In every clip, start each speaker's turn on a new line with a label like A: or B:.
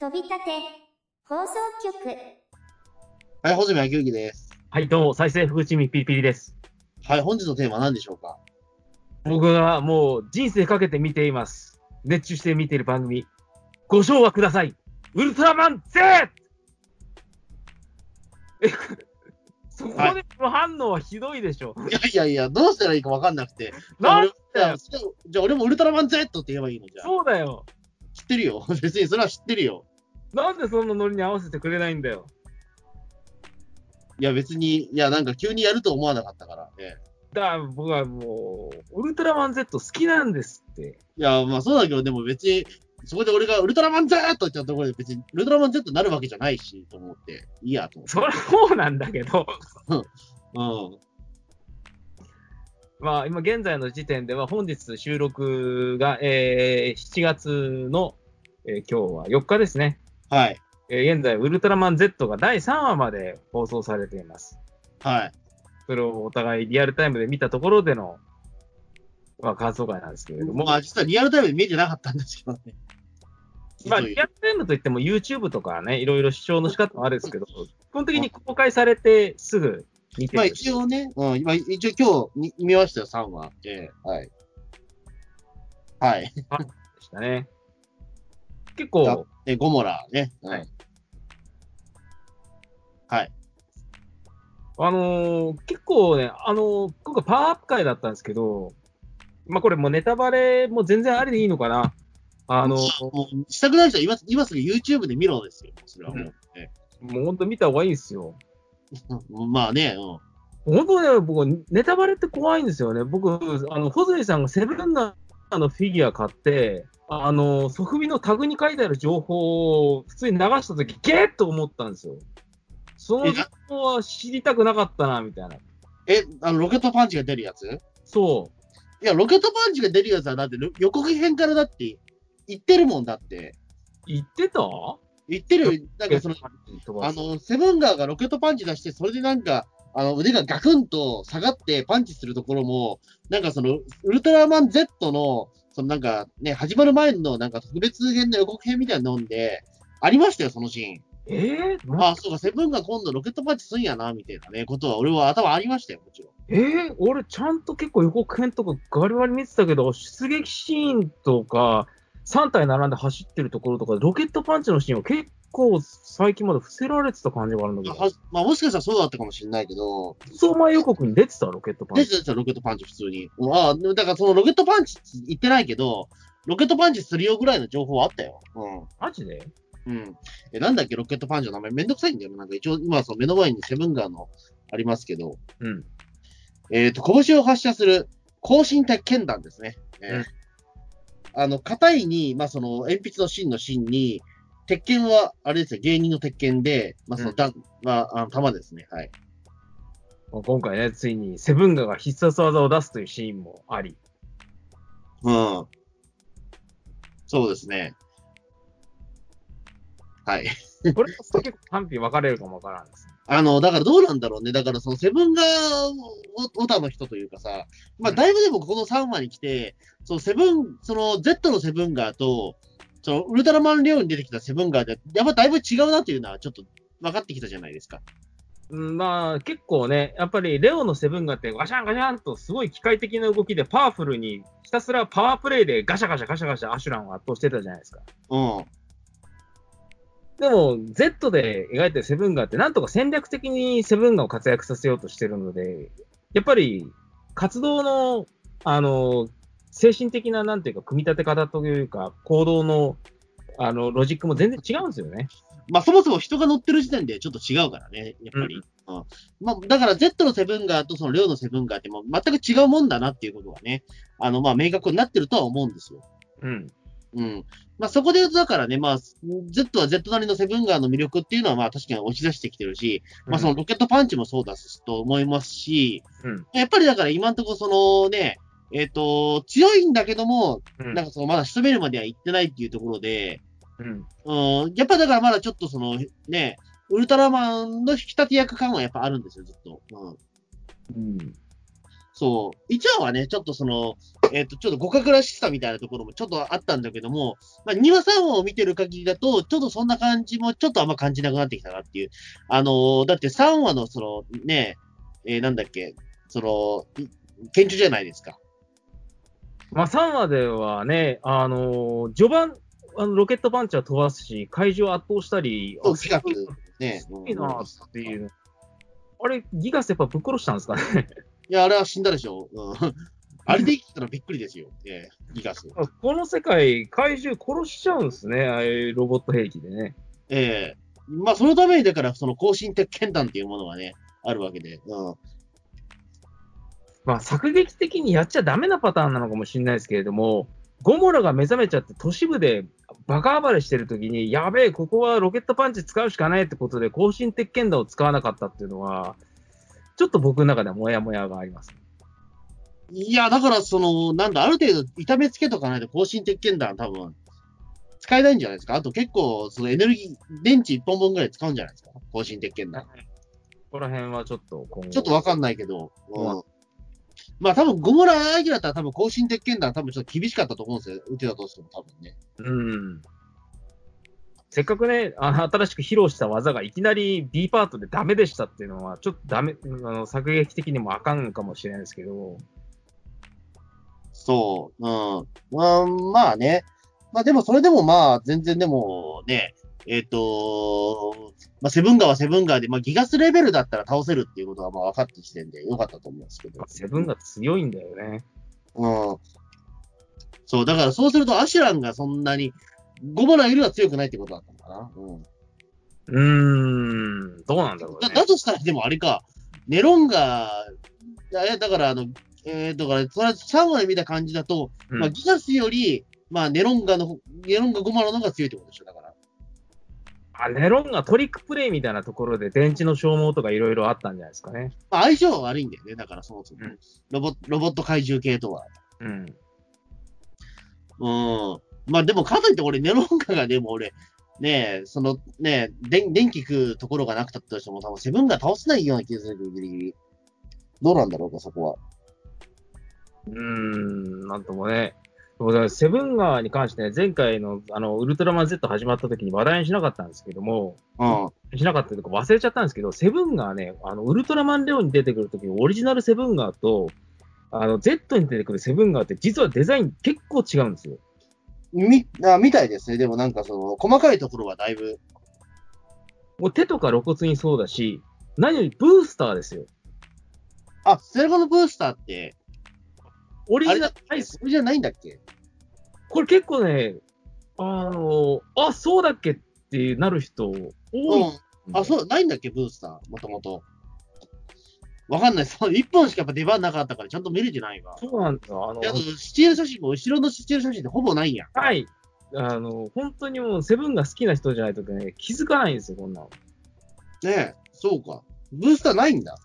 A: 飛び立て、放送局。
B: はい、ほじめあきゆきです。
C: はい、どうも、再生福地味ピリピリです。
B: はい、本日のテーマは何でしょうか
C: 僕がもう人生かけて見ています。熱中して見ている番組。ご賞はください。ウルトラマン Z! え そこ
B: は
C: で無反応はひどいでしょ。
B: いやいやいや、どうしたらいいか分かんなくて。
C: なん
B: じゃあ、それじゃあ俺もウルトラマン Z って言えばいいのじゃあ。
C: そうだよ。
B: 知ってるよ。 別にそれは知ってるよ。
C: なんでそんなノリに合わせてくれないんだよ。
B: いや、別に、いや、なんか急にやると思わなかったからね。
C: だから僕はもう、ウルトラマン Z 好きなんですって。
B: いや、まあそうだけど、でも別に、そこで俺がウルトラマン Z って言ったところで別にウルトラマン Z になるわけじゃないし、と思って。いいや、と思
C: そりゃそうなんだけど、
B: って。
C: まあ今現在の時点では本日収録が、えー7月の、えー今日は4日ですね。
B: うん。はい。
C: えー現在、ウルトラマン Z が第3話まで放送されています。
B: はい。
C: それをお互いリアルタイムで見たところでの、まあ、感想会なんですけれども、
B: まあ実はリアルタイムで見えてなかったんですけどね。
C: まあ、
B: ひどい
C: リアルタイムといっても YouTube とかね、いろいろ視聴の仕方もあるんですけど、基本的に公開されてすぐ見て
B: まあ
C: る。
B: 一応ね、うん、今一応今日に見ましたよ、3話。ええはい。はい。
C: でしたね。結
B: だ
C: 構、
B: で、ゴモラね。うん
C: はいあのー結構ね、あのー今回パワーアップ会だったんですけど、まあこれもうネタバレも全然ありでいいのかな。あのー
B: もうしたくない人は今今すぐ YouTube で見ろですよ、それはもう。え
C: もう本当見た方がいいんですよ。
B: うんまあね、うん。
C: 本当ね、僕、ネタバレって怖いんですよね。僕、あの、ホズミさんがセブンナーのフィギュア買って、あの、ソフビのタグに書いてある情報を普通に流したとき、ゲーッと思ったんですよ。その情報は知りたくなかったな、みたいな。
B: え、あの、ロケットパンチが出るやつい
C: そ
B: や、ロケットパンチが出るやつは、だって予告編からだって、言ってるもんだって。
C: う。言ってた
B: 言ってるよ、なんかその、
C: とか
B: あの、セブンガーがロケットパンチ出して、それでなんか、あの、腕がガクンと下がってパンチするところも、なんかその、ウルトラマン Z の、そのなんかね、始まる前のなんか特別編の予告編みたいなのんで、ありましたよ、そのシーン。
C: えー、な
B: あ、そうか、セブンが今度ロケットパンチすんやな、みたいなね、ことは、俺は頭ありましたよ、もちろん。
C: えー、俺、ちゃんと結構予告編とかガリガリ見てたけど、出撃シーンとか、3体並んで走ってるところとか、ロケットパンチのシーンは結構最近まで伏せられてた感じがあるんだけ
B: まあ
C: ど、、
B: まあもしかしたらそうだったかもしれないけど、
C: 相前予告に出てた、ロケットパン
B: 出
C: チ。
B: てたよロケットパンチ、普通に。うんああ、でもだからそのロケットパンチって言ってないけど、ロケットパンチするよぐらいの情報はあったよ。うん。
C: マジで
B: うん。え、なんだっけ、ロケットパンチの名前めんどくさいんだよな。なんか一応、今、その目の前にセブンガーのありますけど、
C: うん。
B: えっ、と、拳を発射する、更新鉄拳弾ですね。えー
C: うん
B: あの、硬いに、まあ、その、鉛筆の芯の芯に、鉄拳は、あれですよ、芸人の鉄拳で、まあ、その
C: うん
B: 弾は、あの、弾ですね。はい。
C: 今回ね、ついにセブンガが必殺技を出すというシーンもあり、
B: うん。そうですね。はい。
C: これも結構賛否分かれるかも分からんです。
B: あの、だからどうなんだろうね。だからそのセブン側オタの人というかさ、まあだいぶでもこの3話に来て、そのセブン、その Z のセブンガーと、そのウルトラマンレオに出てきたセブンガーで、やっぱだいぶ違うなというのはちょっと分かってきたじゃないですか。
C: うんまあ結構ね、やっぱりレオのセブンガってガシャンガシャンとすごい機械的な動きでパワフルに、ひたすらパワープレイでガシャガシャガシャガシャアシュランを圧倒してたじゃないですか。
B: うん。
C: でも、Z で描いてるセブンガってなんとか戦略的にセブンガを活躍させようとしてるので、やっぱり活動の、あの、精神的な、なんていうか、組み立て方というか、行動の、あの、ロジックも全然違うんですよね。
B: まあそもそも人が乗ってる時点でちょっと違うからね、やっぱり。うんまあ、だから Z のセブンガーとそのレオのセブンガーってもう全く違うもんだなっていうことはね、あのまあ明確になってるとは思うんですよ。
C: うん。
B: うん。まあ、そこで言うと、だからね、まあ、Z は Z なりのセブンガーの魅力っていうのは、まあ、確かに押し出してきてるし、まあ、そのロケットパンチもそうだと思いますし、
C: うん、
B: やっぱりだから今んところ、そのね、えっ、と、強いんだけども、
C: うん、
B: なんかその、まだ仕留めるまでは行ってないっていうところで、
C: うん。
B: うん、やっぱだからまだちょっとその、ね、ウルトラマンの引き立て役感はやっぱあるんですよ、ずっと。うん。
C: うん。
B: そう、1話はね、ちょっとその、えっ、と、ちょっと互角らしさみたいなところもちょっとあったんだけども、まあ、2話3話を見てる限りだと、ちょっとそんな感じもちょっとあんま感じなくなってきたなっていう。あのーだって3話のその、ね、えーなんだっけ、その、い研究じゃないですか。
C: まあ、3話ではね、あのー序盤、あのロケットパンチは飛ばすし、怪獣を圧倒したり、
B: そう、
C: あ
B: 近く、ね。
C: すごいなっていう。あれ、ギガスやっぱぶっ殺したんですかね。
B: いや、あれは死んだでしょ。うん、あれで生きてたらびっくりですよ。えー、ギガス。
C: この世界、怪獣殺しちゃうんですね、ああいうロボット兵器でね。
B: ええまあ、そのために、だから、その更新鉄拳団っていうものがね、あるわけで。うん。
C: まあ、作劇的にやっちゃダメなパターンなのかもしれないですけれども、ゴモラが目覚めちゃって都市部でバカ暴れしてる時に、やべえ、ここはロケットパンチ使うしかないってことで、更新鉄拳弾を使わなかったっていうのは、ちょっと僕の中ではモヤモヤがあります。
B: いや、だから、その、なんだ、ある程度、痛めつけとかないと、更新鉄拳団多分、使えないんじゃないですか。あと、結構、そのエネルギー、電池1本分ぐらい使うんじゃないですか。更新鉄拳団。
C: ここら辺はちょっと今後。
B: ちょっとわかんないけど。うん。まあ、多分、ゴモラアギラだったら、多分、更新鉄拳団、多分、ちょっと厳しかったと思うんですよ。打てたとしても、多分ね。
C: うん。せっかくね、あの新しく披露した技がいきなり B パートでダメでしたっていうのは、ちょっとダメ、あの作劇的にもあかんかもしれないですけど、
B: そう、うん。うん、まあね。まあでも、それでもまあ、全然でもね、えっ、とまあ、セブンガーはセブンガーで、まあ、ギガスレベルだったら倒せるっていうことはまあ分かった時点でよかったと思うんですけど。
C: セブンが強いんだよね。
B: うん。そう、だからそうするとアシュランがそんなに、ゴボラよりは強くないってことだったのかな。うん。
C: うーん、どうなんだろう
B: だ
C: ね。
B: だとしたら、でもあれか、ネロンガー、あいやだからあの、えー、だから、それは3話で見た感じだと、
C: うん
B: まあ、ギガスより、まあ、ネロンガの、ネロンガゴマラの方が強いってことでしょ、だから。
C: あネロンがトリックプレイみたいなところで電池の消耗とかいろいろあったんじゃないですかね。
B: まあ、相性は悪いんだよね、だからそもそも。
C: うん
B: ロボロボット怪獣系とは。
C: うん。
B: うん。まあ、でも、かといって俺、ネロンガがでも俺、ねえ、その、ねえ、でん電気食うところがなくたとしても、多分セブンが倒せないような気がするけど、ギリギリ。どうなんだろうか、そこは。
C: うーん、なんともね。でもだからセブン川に関してね、前回のあのウルトラマン Z 始まった時に話題にしなかったんですけども、
B: うん。
C: しなかったとか忘れちゃったんですけど、セブンガーね、あのウルトラマンレオに出てくるとき、オリジナルセブンガーと、あの Z に出てくるセブンガーって、実はデザイン結構違うんですよ。
B: み、あ、みたいですね。でもなんかその、細かいところはだいぶ、
C: もう手とか露骨にそうだし、何よりブースターですよ。
B: あ、セブンのブースターって、
C: オリ
B: あ
C: ジ
B: れ
C: ナ
B: じゃ
C: ルないです。
B: それじゃないんだっけ
C: これ結構ね、あの、あ、そうだっけってなる人多い。
B: うん。あ、そう、ないんだっけブースター、もともと。わかんない。 その1本しかやっぱ出番なかったから、ちゃんと見れてないわ。
C: そうなんだ。あの
B: で、あと、スチール写真も、後ろのスチール写真ってほぼないやん。
C: はい。あの、本当にもうセブンが好きな人じゃないとね、気づかないんですよ、こんなの。
B: ねえ、そうか。ブースターないんだ。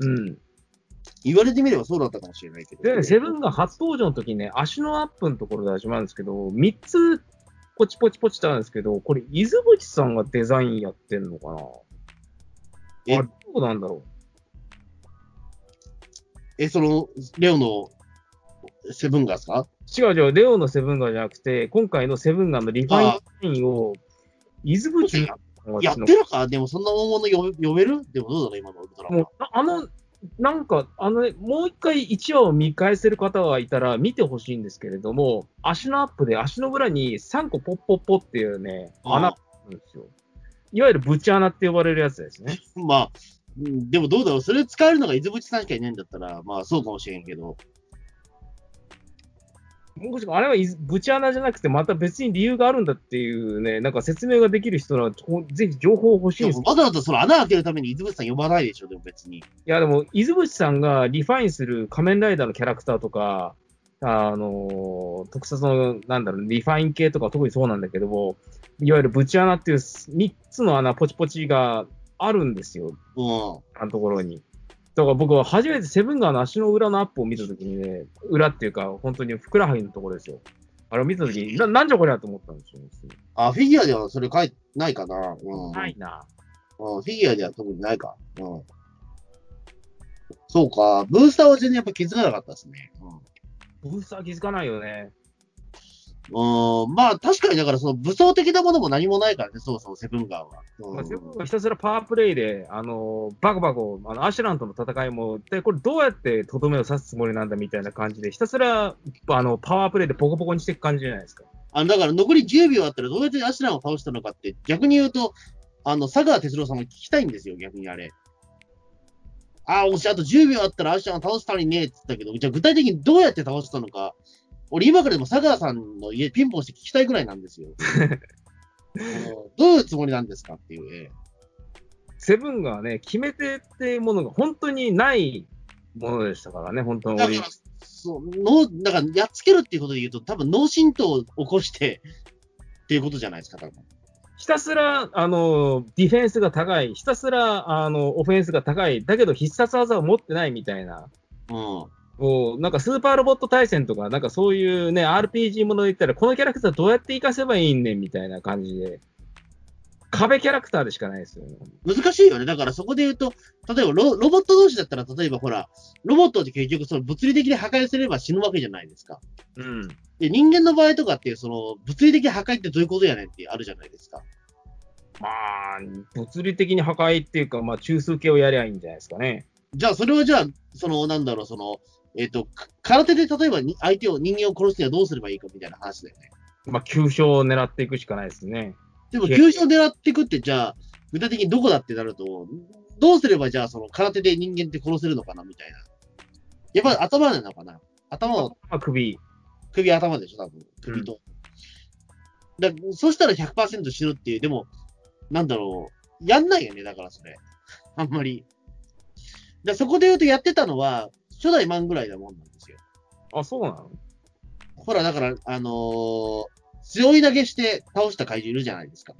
C: うん。
B: 言われてみればそうだったかもしれないけど。
C: で、セブンが初登場の時にね、足のアップのところで始まるんですけど、3つ、ポチポチポチってあるんですけど、これ、伊豆淵さんがデザインやってんのか
B: え
C: なあ、どうなんだろ
B: え、その、レオの、セブンガーですか
C: う。違う違う、レオのセブンガーじゃなくて、今回のセブンガーのリファインデザインを、伊豆淵さんが
B: や
C: や
B: っ
C: ってんの
B: てるかでもそんな大物呼べ呼べるでもどうだろう今のウルトラマン
C: もうああの、なんか、あのね、もう一回1話を見返せる方がいたら見てほしいんですけれども、足のアップで足の裏に3個ポッポッポっていうね、
B: ああ
C: 穴があるんですよ。いわゆるブチ穴って呼ばれるやつですね。
B: まあ、うんでもどうだろうそれ使えるのが伊豆淵さんしかいないんだったら、まあそうかもしれんけど。
C: もしくはあれはいずブチ穴じゃなくて、また別に理由があるんだっていうね、なんか説明ができる人なら、ほぜひ情報欲しいん
B: で
C: です
B: も
C: い
B: わざわざその穴開けるために伊豆淵さん呼ばないでしょ、でも別に。
C: や、でも、伊豆淵さんがリファインする仮面ライダーのキャラクターとか、あのー特撮の、なんだろう、リファイン系とかは特にそうなんだけども、いわゆるブチ穴っていう3つの穴、ポチポチがあるんですよ、
B: う
C: あのところに。だから僕は初めてセブンガーの足の裏のアップを見たときにね、裏っていうか、本当にふくらはぎのところですよ。あれを見たときに、ななんじゃこりゃと思ったんですよ。
B: ん。あ、フィギュアではそれ書いてないかな。うん。
C: ないな。
B: うん、フィギュアでは特にないか。うん。そうか。ブースターは全然やっぱ気づかなかったですね。うん
C: ブースター気づかないよね。
B: うん、まあ確かにだからその武装的なものも何もないからね、そもそもセブンガンは。うん
C: まあ、セブンがひたすらパワープレイで、あのバコバコ、あのアシュランとの戦いも、でこれどうやってとどめを刺すつもりなんだみたいな感じで、ひたすらあのパワープレイでポコポコにしていく感じじゃないですか。
B: あのだから残り10秒あったらどうやってアシュランを倒したのかって逆に言うと、あの、佐川哲郎さんも聞きたいんですよ、逆にあれ。ああ、もしあと10秒あったらアシュランを倒したのにね、っつったけど、じゃあ具体的にどうやって倒したのか、俺今からでも佐川さんの家ピンポンして聞きたいぐらいなんですよ。 うんどういうつもりなんですかっていう、ええ
C: セブンがね、決め手っていうものが本当にないものでしたからね、本当に
B: だか
C: 俺
B: ら、そう、脳、だから、やっつけるっていうことで言うと、多分脳震盪を起こして、っていうことじゃないですか、多分。
C: ひたすら、あの、ディフェンスが高い、ひたすら、あの、オフェンスが高い、だけど必殺技を持ってないみたい
B: うん。
C: な、こう、なんかスーパーロボット対戦とか、なんかそういうね、RPG もので言ったら、このキャラクターどうやって活かせばいいんねんみたいな感じで、壁キャラクターでしかないですよね。
B: 難しいよね。だからそこで言うと、例えばロロボット同士だったら、例えばほら、ロボットって結局その物理的に破壊すれば死ぬわけじゃないですか。
C: うん。
B: で、人間の場合とかっていう、その物理的破壊ってどういうことやねんってあるじゃないですか。
C: まあ、物理的に破壊っていうか、まあ、中枢系をやりゃいいんじゃないですかね。
B: じゃあ、それをじゃあ、その、なんだろう、その、えっ、と、か空手で例えばに相手を、人間を殺すにはどうすればいいかみたいな話だよね。
C: まあ、急所を狙っていくしかないですね。
B: でも、急所を狙っていくって、じゃあ、具体的にどこだってなると、どうすればじゃあ、その空手で人間って殺せるのかなみたいな。やっぱり頭なのかな頭を
C: まあ、首。
B: 首頭でしょ、多分。首と。だそしたら100%死ぬっていう、でも、なんだろう、やんないよね、だからそれ。あんまり。だそこで言うとやってたのは、初代マンぐらいなもんなんですよ。
C: あ、そうなの
B: ほら、だから、あのー、強い投げして倒した怪獣いるじゃないですか。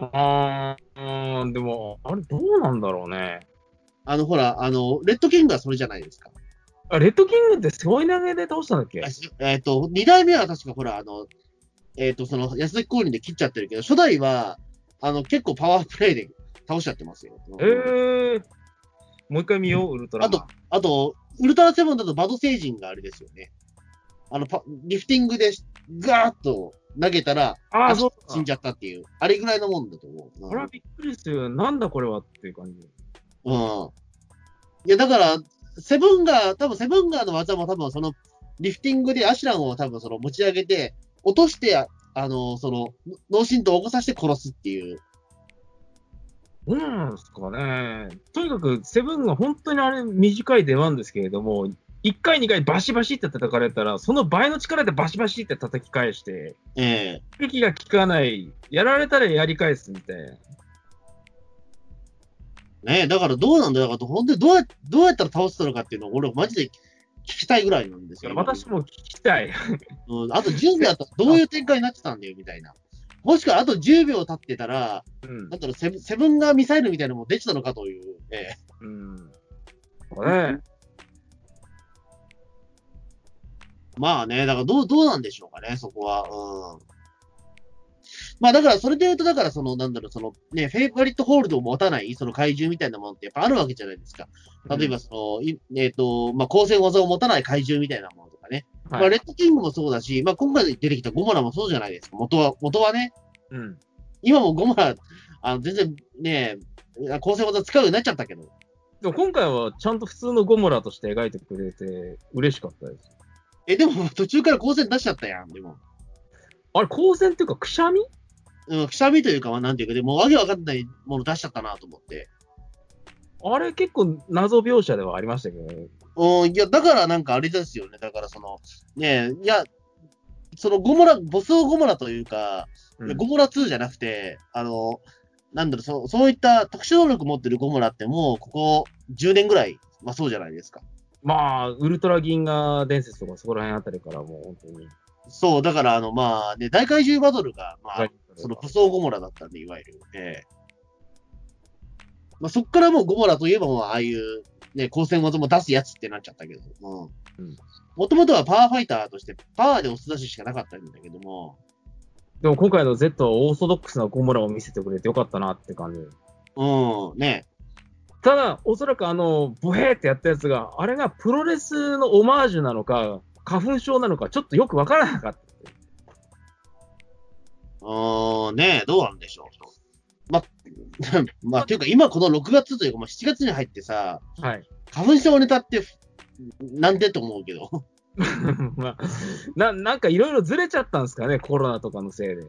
C: あー、うんでも、あれどうなんだろうね。
B: あの、ほら、あの、レッドキングはそれじゃないですか。
C: あレッドキングって背負い投げで倒したんだっけ
B: あしえっ、と、二代目は確かほら、あの、えっ、と、その、安崎公認で切っちゃってるけど、初代は、あの、結構パワープレイで倒しちゃってますよ。
C: えー、もう一回見よう、ウルトラマン。
B: あと、ウルトラセブンだとバド星人があれですよね。あのパ、リフティングでガーッと投げたら、
C: ああ、そう
B: 死ん
C: か。
B: じゃったっていう、あれぐらいのもんだと思う。
C: これはびっくりするよ。なんだこれはっていう感じ。
B: うん。いや、だから、セブンガー、多分セブンガーの技も多分その、リフティングでアシュランを多分その持ち上げて、落として、ああの、その、脳震盪を起こさせて殺すっていう。
C: どうなんですかね。とにかく、セブンが本当にあれ短い出番ですけれども、1回、2回バシバシって叩かれたら、その倍の力でバシバシって叩き返して、
B: ええ
C: 息が効かない、やられたらやり返すみたいな。
B: ねえ、だからどうなんだよ。だから本当にどうやどうやったら倒せたのかっていうのを俺マジで聞きたいぐらいなんですよ。
C: 私も聞きたい。
B: うん、あと10秒あったらどういう展開になってたんだよ、みたいな。もしくはあと10秒経ってたら、
C: うん
B: なんだろう、セブンセブンガーミサイルみたいなのもできたのかという。ええ
C: うん。これ、
B: まあね、だからどう、どうなんでしょうかね、そこは。うん。まあだから、それで言うと、だから、その、なんだろう、その、ね、フェイバリットホールドを持たない、その怪獣みたいなものってやっぱあるわけじゃないですか。例えば、その、いえっ、と、まあ、光線技を持たない怪獣みたいなものとかね。
C: はい
B: まあ、レッドキングもそうだし、まあ、今回出てきたゴモラもそうじゃないですか。元は、元はね、
C: うん。
B: 今もゴマラ、あの全然ね、構成技使うようになっちゃったけど、
C: でも今回はちゃんと普通のゴモラとして描いてくれて嬉しかったです。
B: え、でも 途中から光線出しちゃったやん、でも。
C: あれ、光線っていうかくしゃみ
B: うんくしゃみというか、まあなんていうか、でもわけわかんないもの出しちゃったなと思って。
C: あれ結構謎描写ではありましたけどね。
B: うん、いや、だからなんかあれですよね。だからその、ねいや、そのゴモラ、ボスをゴモラというか、
C: うん
B: ゴモラ2じゃなくて、あの、なんだろうそう、そういった特殊能力持ってるゴモラってもう、ここ10年ぐらい、まあそうじゃないですか。
C: まあ、ウルトラ銀河伝説とかそこら辺あたりからもう本当に。
B: そう、だからあの、まあね、大怪獣バトルが、まあ、その
C: は
B: 武装ゴモラだったんで、いわゆる。ええまあ、そっからもうゴモラといえば、もうああいう、ね、光線技も出すやつってなっちゃったけど、う
C: うん
B: ん。もともとはパワーファイターとして、パワーで押す出ししかなかったんだけども、
C: でも今回の Z はオーソドックスなゴモラを見せてくれてよかったなって感じ。
B: うん、ね。
C: ただ、おそらくあの、ボヘーってやったやつが、あれがプロレスのオマージュなのか、花粉症なのか、ちょっとよくわからなかった。
B: あーねえ、どうなんでしょう。ま、 まあ、ていうか今この6月というか、まあ、7月に入ってさ、
C: はい。
B: 花粉症ネタって、なんでと思うけど。
C: まあ、ななんかいろいろずれちゃったんですかね、コロナとかのせいで。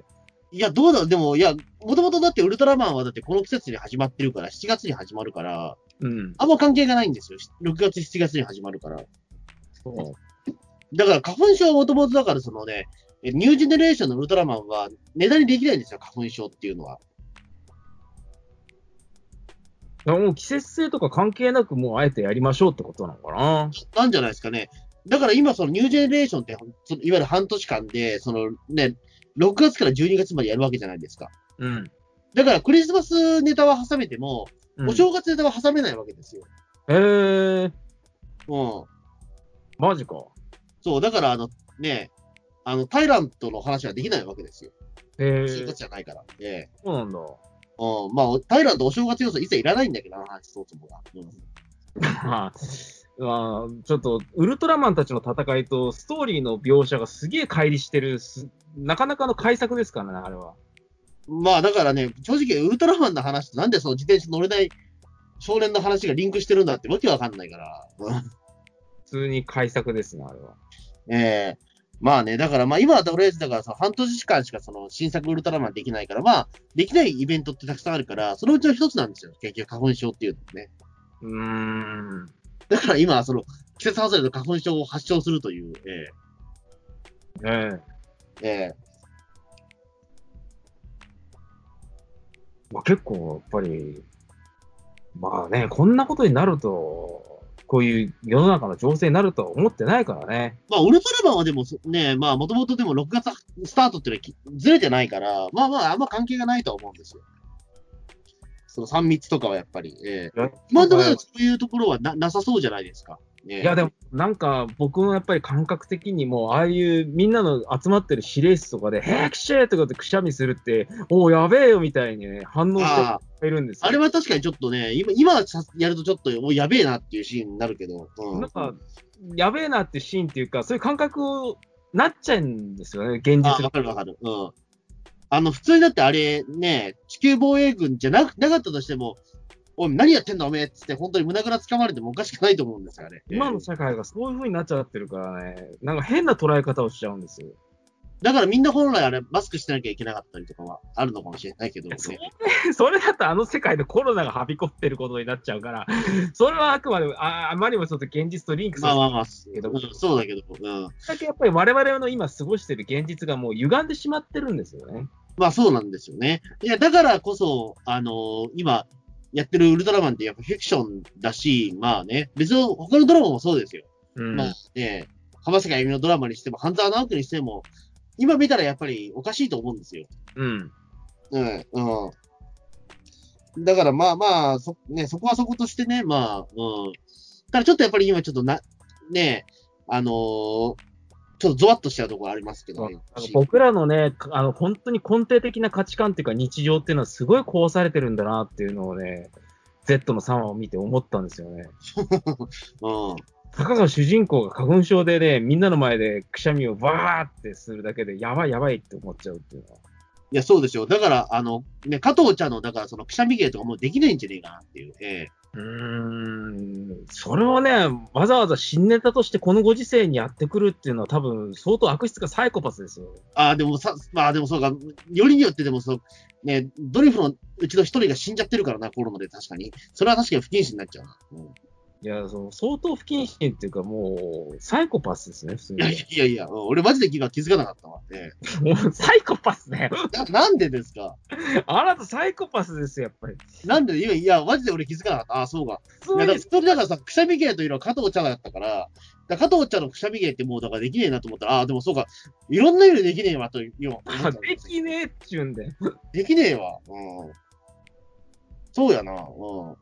B: いや、どうだ、でも、いや、もともとだってウルトラマンはだってこの季節に始まってるから、7月に始まるから、
C: うん。
B: あんま関係がないんですよ。6月、7月に始まるから。
C: そう
B: だから花粉症はもともとだから、そのね、えニュージェネレーションのウルトラマンは、値段にできないんですよ、花粉症っていうのは。
C: だからもう季節性とか関係なく、もうあえてやりましょうってことなのかな。
B: なんじゃないですかね。だから今、そのニュージェネレーションって、そのいわゆる半年間で、そのね、6月から12月までやるわけじゃないですか。
C: うん。
B: だからクリスマスネタは挟めても、
C: うん
B: お正月ネタは挟めないわけですよ。
C: えー、
B: うん。
C: マジか。
B: そう、だからあの、ね、あの、タイラントの話はできないわけですよ。
C: え
B: 正
C: ー
B: 月、じゃないから。ええ
C: そうなんだ。
B: うん。まあ、タイラントお正月要素一切いらないんだけど、あの話、そもそもが。うん
C: まあ、まあ、ちょっと、ウルトラマンたちの戦いと、ストーリーの描写がすげえ乖離してるす、なかなかの改作ですからね、あれは。
B: まあだからね、正直、ウルトラマンの話となんでその自転車乗れない少年の話がリンクしてるんだってわけわかんないから。
C: 普通に改作ですね、あれは。
B: ええまあね、だからまあ今はとりあえずだからさ、半年間しかその新作ウルトラマンできないから、まあできないイベントってたくさんあるから、そのうちの一つなんですよ。結局花粉症っていうのはね。
C: うーん。
B: だから今はその季節外れの花粉症を発症するという、え
C: ええ
B: えええ
C: まあ、結構、やっぱり、まあね、こんなことになると、こういう世の中の情勢になるとは思ってないからね。
B: まあウルトラマンはでもそね、まあもともとでも6月スタートっていうのはきずれてないから、まあまああんま関係がないとは思うんですよ。その3密とかはやっぱり、ええ
C: いや、
B: 今のところそういうところはななさそうじゃないですか。ね
C: いやでも、なんか僕のやっぱり感覚的にもう、ああいうみんなの集まってる指令室とかで、へくしゃーとかってくしゃみするって、おお、やべえよみたいにね、反応して
B: ああ
C: いるんですよ
B: あれは確かにちょっとね、今今さやるとちょっともうやべえなっていうシーンになるけど、うん
C: なんか、やべえなってシーンっていうか、そういう感覚をなっちゃうんですよね、現
B: あ
C: 実
B: わかるわかる。うん。あの、普通にだってあれね、地球防衛軍じゃなくなかったとしても、おい、何やってんだおめえっつって、本当に胸ぐらつかまれてもおかしくないと思うんですよね。
C: 今の社会がそういう風になっちゃってるからね、なんか変な捉え方をしちゃうんですよ。
B: だからみんな本来あれ、マスクしてなきゃいけなかったりとかはあるのかもしれないけど、ね、
C: そうそれだとあの世界でコロナがはびこってることになっちゃうから、それはあくまでもああまりにもちょっと現実とリンクさ
B: ま
C: せ
B: あ
C: て
B: まあまあ、
C: けど
B: うんそうだけど、うん。
C: だけやっぱり我々の今過ごしてる現実がもう歪んでしまってるんですよね。
B: まあそうなんですよね。いや、だからこそ、あのー今やってるウルトラマンってやっぱフィクションだし、まあね、別の他のドラマもそうですよ。
C: うん
B: まあね、浜崎あゆみのドラマにしても、半沢直樹にしても、今見たらやっぱりおかしいと思うんですよ。
C: うん。
B: うん、うん。だからまあまあ、そ、ね、そこはそことしてね、まあ、うん。ただちょっとやっぱり今ちょっとな、ね、あのーちょっとゾワッとしちゃうところありますけどね。
C: なんか僕らのね、かあの本当に根底的な価値観っていうか日常っていうのはすごい壊されてるんだなっていうのをね、Z の3話を見て思ったんですよね。
B: うん。
C: たかが主人公が花粉症でね、みんなの前でくしゃみをバーってするだけで、やばいやばいって思っちゃうっていうのは。
B: いや、そうでしょう。だから、あの、ね、加藤ちゃんの、だから、その、くしゃみ芸とかもうできないんじゃねえかなっていう。ええ
C: うーん、それをね、わざわざ新ネタとしてこのご時世にやってくるっていうのは多分相当悪質かサイコパスですよ。
B: ああ、でもさ、まあでもそうか、よりによってでも、その、ね、ドリフのうちの一人が死んじゃってるからな、コロナで確かに。それは確かに不謹慎になっちゃうな。うん、い
C: いや、その相当不謹慎っていうか、もう、サイコパスですね、普通
B: やい
C: に。
B: やいや、うん俺マジで今気づかなかったわ。え
C: もう、サイコパスね。
B: えななんでですか
C: あなたサイコパスですよ、やっぱり。
B: なんで、いや、いや、マジで俺気づかなかった。ああ、そうか。
C: 普通
B: いや、だから
C: に
B: 普通にだからさ、くしゃみ芸というのは加藤茶だったから、だから加藤茶のくしゃみ芸ってもう、だからできねえなと思ったら、ああ、でもそうか、いろんな意味でできねえわ、というように思っちゃ
C: あ
B: うん
C: できねえっちゅうんで。
B: できねえわ。うん。そうやな。うん。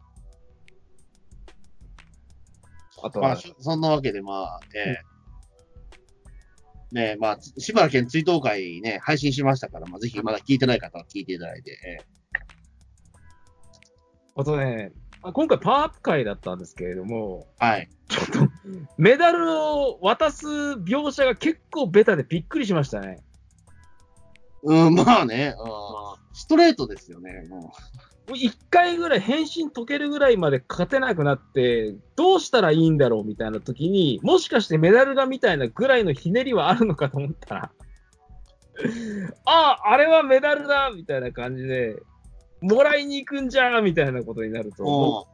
C: あと
B: まあ、
C: は、
B: そそんなわけで、まあ、ね、ねまあ、つ志村けん追悼会ね、配信しましたから、まあ、ぜひまだ聞いてない方は聞いていただいて、ええ
C: あとね、あ今回パワーアップ会だったんですけれども、
B: はい。
C: ちょっと、メダルを渡す描写が結構ベタでびっくりしましたね。
B: うん、まあね、うん、ストレートですよね。も
C: もう1回ぐらい変身解けるぐらいまで勝てなくなって、どうしたらいいんだろうみたいな時に、もしかしてメダルがみたいなぐらいのひねりはあるのかと思ったら、ああ、あれはメダルだみたいな感じで、もらいに行くんじゃーみたいなことになる
B: う
C: と、も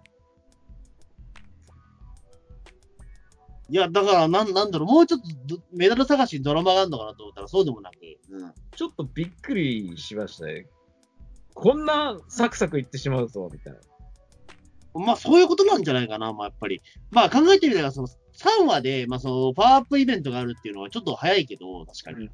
B: うん。いや、だから、なん、なんだろう、もうちょっとどメダル探しにドラマがあるのかなと思ったら、そうでもなく、うん。
C: うちょっとびっくりしましたね。こんなサクサクいってしまうぞ、みたいな。
B: まあそういうことなんじゃないかな、まあやっぱり。まあ考えてみたら、その3話で、まあそのパワーアップイベントがあるっていうのはちょっと早いけど、確かに。
C: うん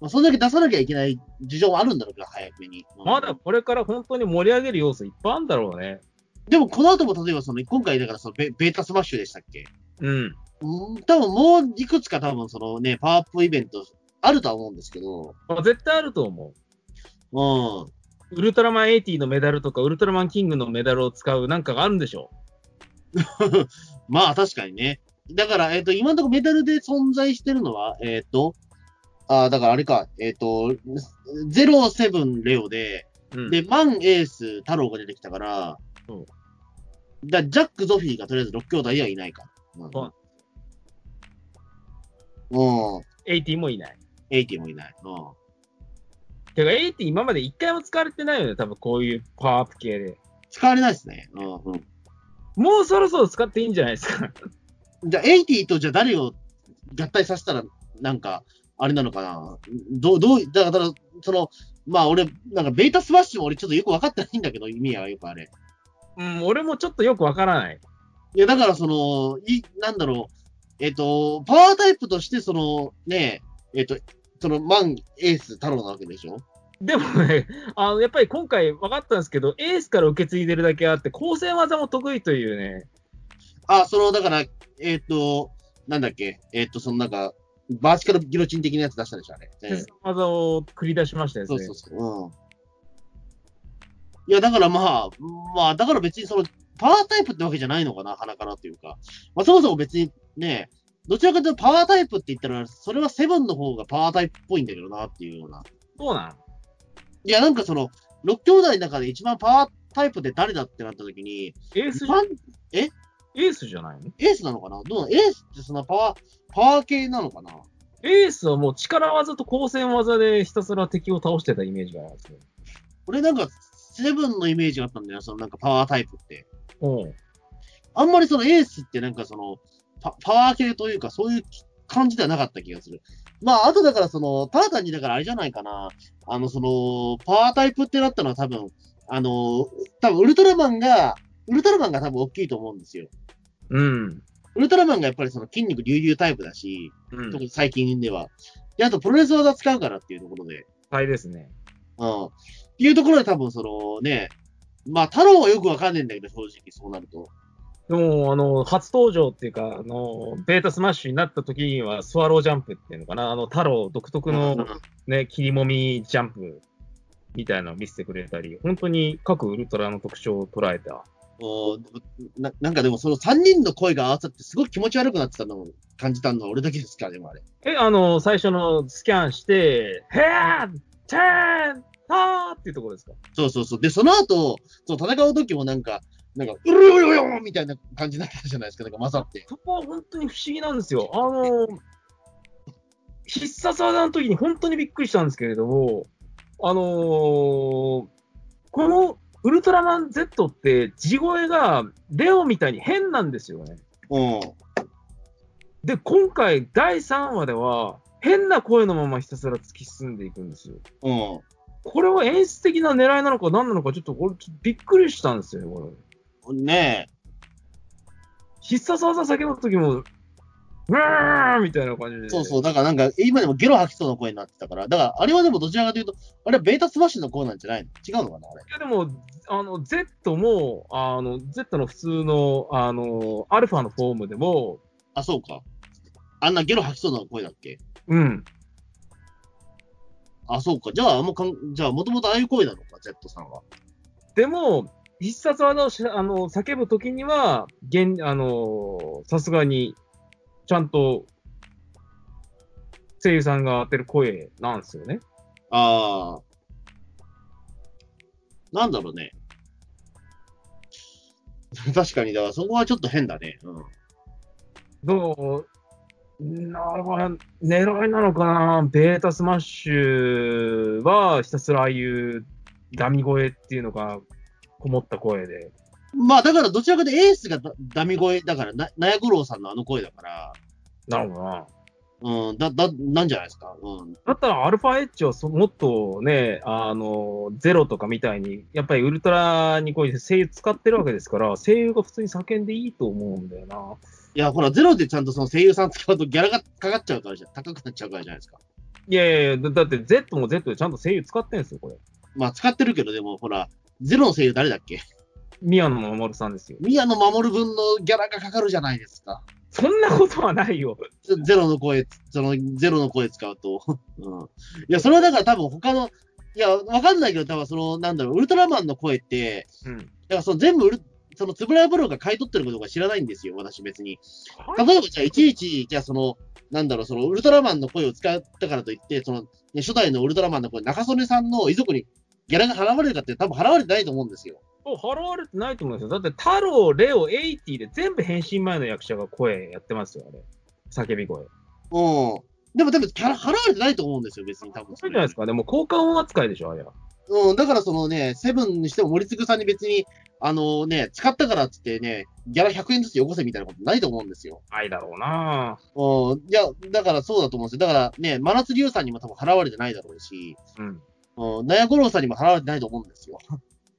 B: まあそんだけ出さなきゃいけない事情はあるんだろうけど、早めに。うん
C: まだこれから本当に盛り上げる要素いっぱいあるんだろうね。
B: でもこの後も例えばその、今回だからそのベベータスマッシュでしたっけ
C: うん。
B: うん、多分もういくつか多分そのね、パワーアップイベントあるとは思うんですけど、
C: まあ絶対あると思う。
B: うん。
C: ウルトラマン80のメダルとか、ウルトラマンキングのメダルを使うなんかがあるんでしょ
B: まあ確かにね。だから、えっ、と、今のところメダルで存在してるのは、えっ、と、あーだからあれか、えっ、と、ゼロセブンレオで、
C: う。うん、
B: で、マン、エース、太郎が出てきたから、
C: うん
B: だジャック、ゾフィーがとりあえず6兄弟にはいないか。うん。
C: そう
B: うん。
C: 80もいない。
B: エイティもいない。うん。
C: てか、80今まで一回も使われてないよね、多分こういうパワーアップ系で。
B: 使われないですね。うん。うん
C: もうそろそろ使っていいんじゃないですか。
B: じゃあ、エイティとじゃあ誰を合体させたら、なんか、あれなのかな。どう、どう、だから、その、まあ俺、なんかベータスマッシュも俺ちょっとよく分かってないんだけど、意味はよくあれ。
C: うん、俺もちょっとよくわからない。
B: いや、だからその、い、なんだろう、えっ、と、パワータイプとして、その、ねえ、っ、と、その、マン、エース、太郎なわけでしょ
C: でもね、あの、やっぱり今回分かったんですけど、エースから受け継いでるだけあって、構成技も得意というね、
B: あ、その、だから、えっ、と、なんだっけ、えっ、と、そのなんか、バーチカルギロチン的なやつ出したでしょ、あれ。
C: 必殺技を繰り出しましたよね。
B: そうそうそう。うん。いや、だからまあ、まあ、だから別にその、パワータイプってわけじゃないのかな、鼻からというか。まあ、そもそも別にね、どちらかというとパワータイプって言ったら、それはセブンの方がパワータイプっぽいんだけどな、っていうような。
C: そうなん
B: いや、なんかその、6兄弟の中で一番パワータイプで誰だってなった時に、
C: エース
B: 一
C: じゃ
B: 番、え
C: エースじゃないの
B: エースなのかなどうなのエースってそんなパワー、パワー系なのかな
C: エースはもう力技と光線技でひたすら敵を倒してたイメージがありますね。
B: 俺なんか、セブンのイメージがあったんだよな、そのなんかパワータイプって。
C: うん。
B: あんまりそのエースってなんかそのパパワー系というかそういう感じではなかった気がする。まあ、あとだからその、ただ単にだからあれじゃないかな。あの、その、パワータイプってなったのは多分、あの、多分ウルトラマンが、ウルトラマンが多分大きいと思うんですよ。
C: うん。
B: ウルトラマンがやっぱりその筋肉隆々タイプだし、
C: うん
B: 特。に最近では。で、あとプロレス技使うからっていうところで、
C: はいですね。
B: うん。っていうところで多分そのね、まあ、太郎はよくわかんねえんだけど、正直そうなると。
C: でも、あの、初登場っていうか、あの、ベータスマッシュになった時には、スワロージャンプっていうのかな、あの、太郎独特のね、切りもみジャンプみたいなのを見せてくれたり、本当に各ウルトラの特徴を捉えた。
B: おーななんかでも、その3人の声が合わさって、すごく気持ち悪くなってたのを感じたのは俺だけですか、でもあれ。
C: え、あの、最初のスキャンして、ヘアチェーンハーっていうところですか
B: そうそうそう。で、その後、そう戦う時もなんか、なんか、うるよよよみたいな感じになったじゃないですか、なんか混ざって。
C: そこは本当に不思議なんですよ。あの、必殺技の時に本当にびっくりしたんですけれども、あのーこのウルトラマン Z って地声がレオみたいに変なんですよね。
B: うん。
C: で、今回第3話では変な声のままひたすら突き進んでいくんですよ。
B: うん。
C: これは演出的な狙いなのか何なのかちょっと俺ちょっとびっくりしたんですよね、これ。
B: ね
C: 必殺技先の時も、うわーみたいな感じ
B: え。
C: で。
B: そうそう。だからなんか、今でもゲロ吐きそうな声になってたから、だから、あれはでもどちらかというと、あれはベータスマッシュの声なんじゃないの違うのかな、あれ。
C: いやでも、あの、Z も、あの、Z の普通の、あの、アルファのフォームでも、
B: あ、そうか。あんなゲロ吐きそうな声だっけ
C: うん、
B: あ、そうか。じゃあ、あんまかん、じゃあ、もともとああいう声なのか、Z さんは。
C: でも、必殺技をしあの叫ぶときには、現あのさすがに、ちゃんと声優さんが当てる声なんですよね。
B: ああ。なんだろうね。 確かに、だからそこはちょっと変だね。うん。
C: どう、なるほど、狙いなのかな、ベータスマッシュはひたすらああいうダミ声っていうのが、こもった声で。
B: まあ、だからどちらかでエースがだダミ声だから、な、なや五郎さんのあの声だから、
C: なるほどな。
B: うん、だ、だ、なんじゃないですか。うん。
C: だったらアルファエッジをそもっとね、あの、ゼロとかみたいに、やっぱりウルトラにこういう声優使ってるわけですから、声優が普通に叫んでいいと思うんだよな。
B: いや、ほら、ゼロでちゃんとその声優さん使うとギャラがかかっちゃうからじゃ、高くなっちゃうからじゃないですか。
C: いやいやいやだだって Z も Z でちゃんと声優使ってんですよ、これ。
B: まあ、使ってるけど、でも、ほら、ゼロの声優誰だっけ
C: 宮野真守さんですよ。
B: 宮野守分のギャラがかかるじゃないですか。
C: そんなことはないよ。
B: ゼゼロの声、そのゼロの声使うと。 うん。いや、それはだから多分他の、いや、わかんないけど、多分その、なんだろう、ウルトラマンの声って、
C: うん。
B: だからその全部ウル、その、つぶらやブローが買い取ってることが知らないんですよ、私別に。例えば、じゃあ、いちいち、じゃあ、その、なんだろう、その、ウルトラマンの声を使ったからといって、その、ね、初代のウルトラマンの声、中曽根さんの遺族にギャラが払われるかって、多分払われてないと思うんですよ。
C: そう払われてないと思うんですよ。だって、太郎、レオ、エイティで全部変身前の役者が声やってますよ、あれ。叫び
B: う
C: 声。
B: ん。でも、多分、キャラ払われてないと思うんですよ、別に、多分
C: そうじゃないですか。でも、効果音扱いでしょ、あれは。
B: うん、だからそのね、セブンにしても森次さんに別に、あのね、使ったからっつってね、ギャラ100円ずつよこせみたいなことないと思うんですよ。
C: 愛だろうな
B: うん、いや、だからそうだと思うんですよ。だからね、真夏龍さんにも多分払われてないだろうし、
C: うん。
B: うん、納屋五郎さんにも払われてないと思うんですよ。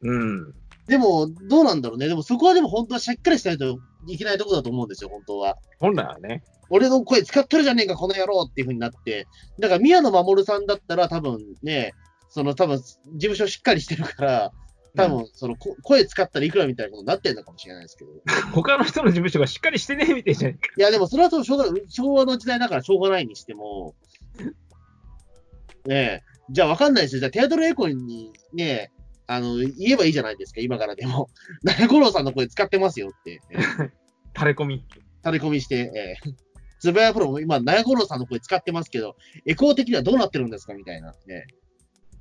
C: うん。
B: でも、どうなんだろうね。でもそこはでも本当はしっかりしないといけないとこだと思うんですよ、本当は。
C: 本来はね。
B: 俺の声使ってるじゃねえか、この野郎っていう風になって。だから宮野真守さんだったら多分ね、その多分事務所しっかりしてるから、多分そのこ声使ったらいくらみたいなことになってんのかもしれないですけど。い
C: 他の人の事務所がしっかりしてねえみたいじゃん。
B: や、でもそれはその昭和昭和の時代だからしょうがないにしても、ねえ、じゃあわかんないですよ。じゃあテアトルエコンにね、あの、言えばいいじゃないですか、今からでも。 誰五郎さんの声使ってますよって、ええ
C: 垂れ込み。
B: 垂れ込みして、ええつぶやプロも今、ナヤゴロさんの声使ってますけど、エコー的にはどうなってるんですかみたいな。ね、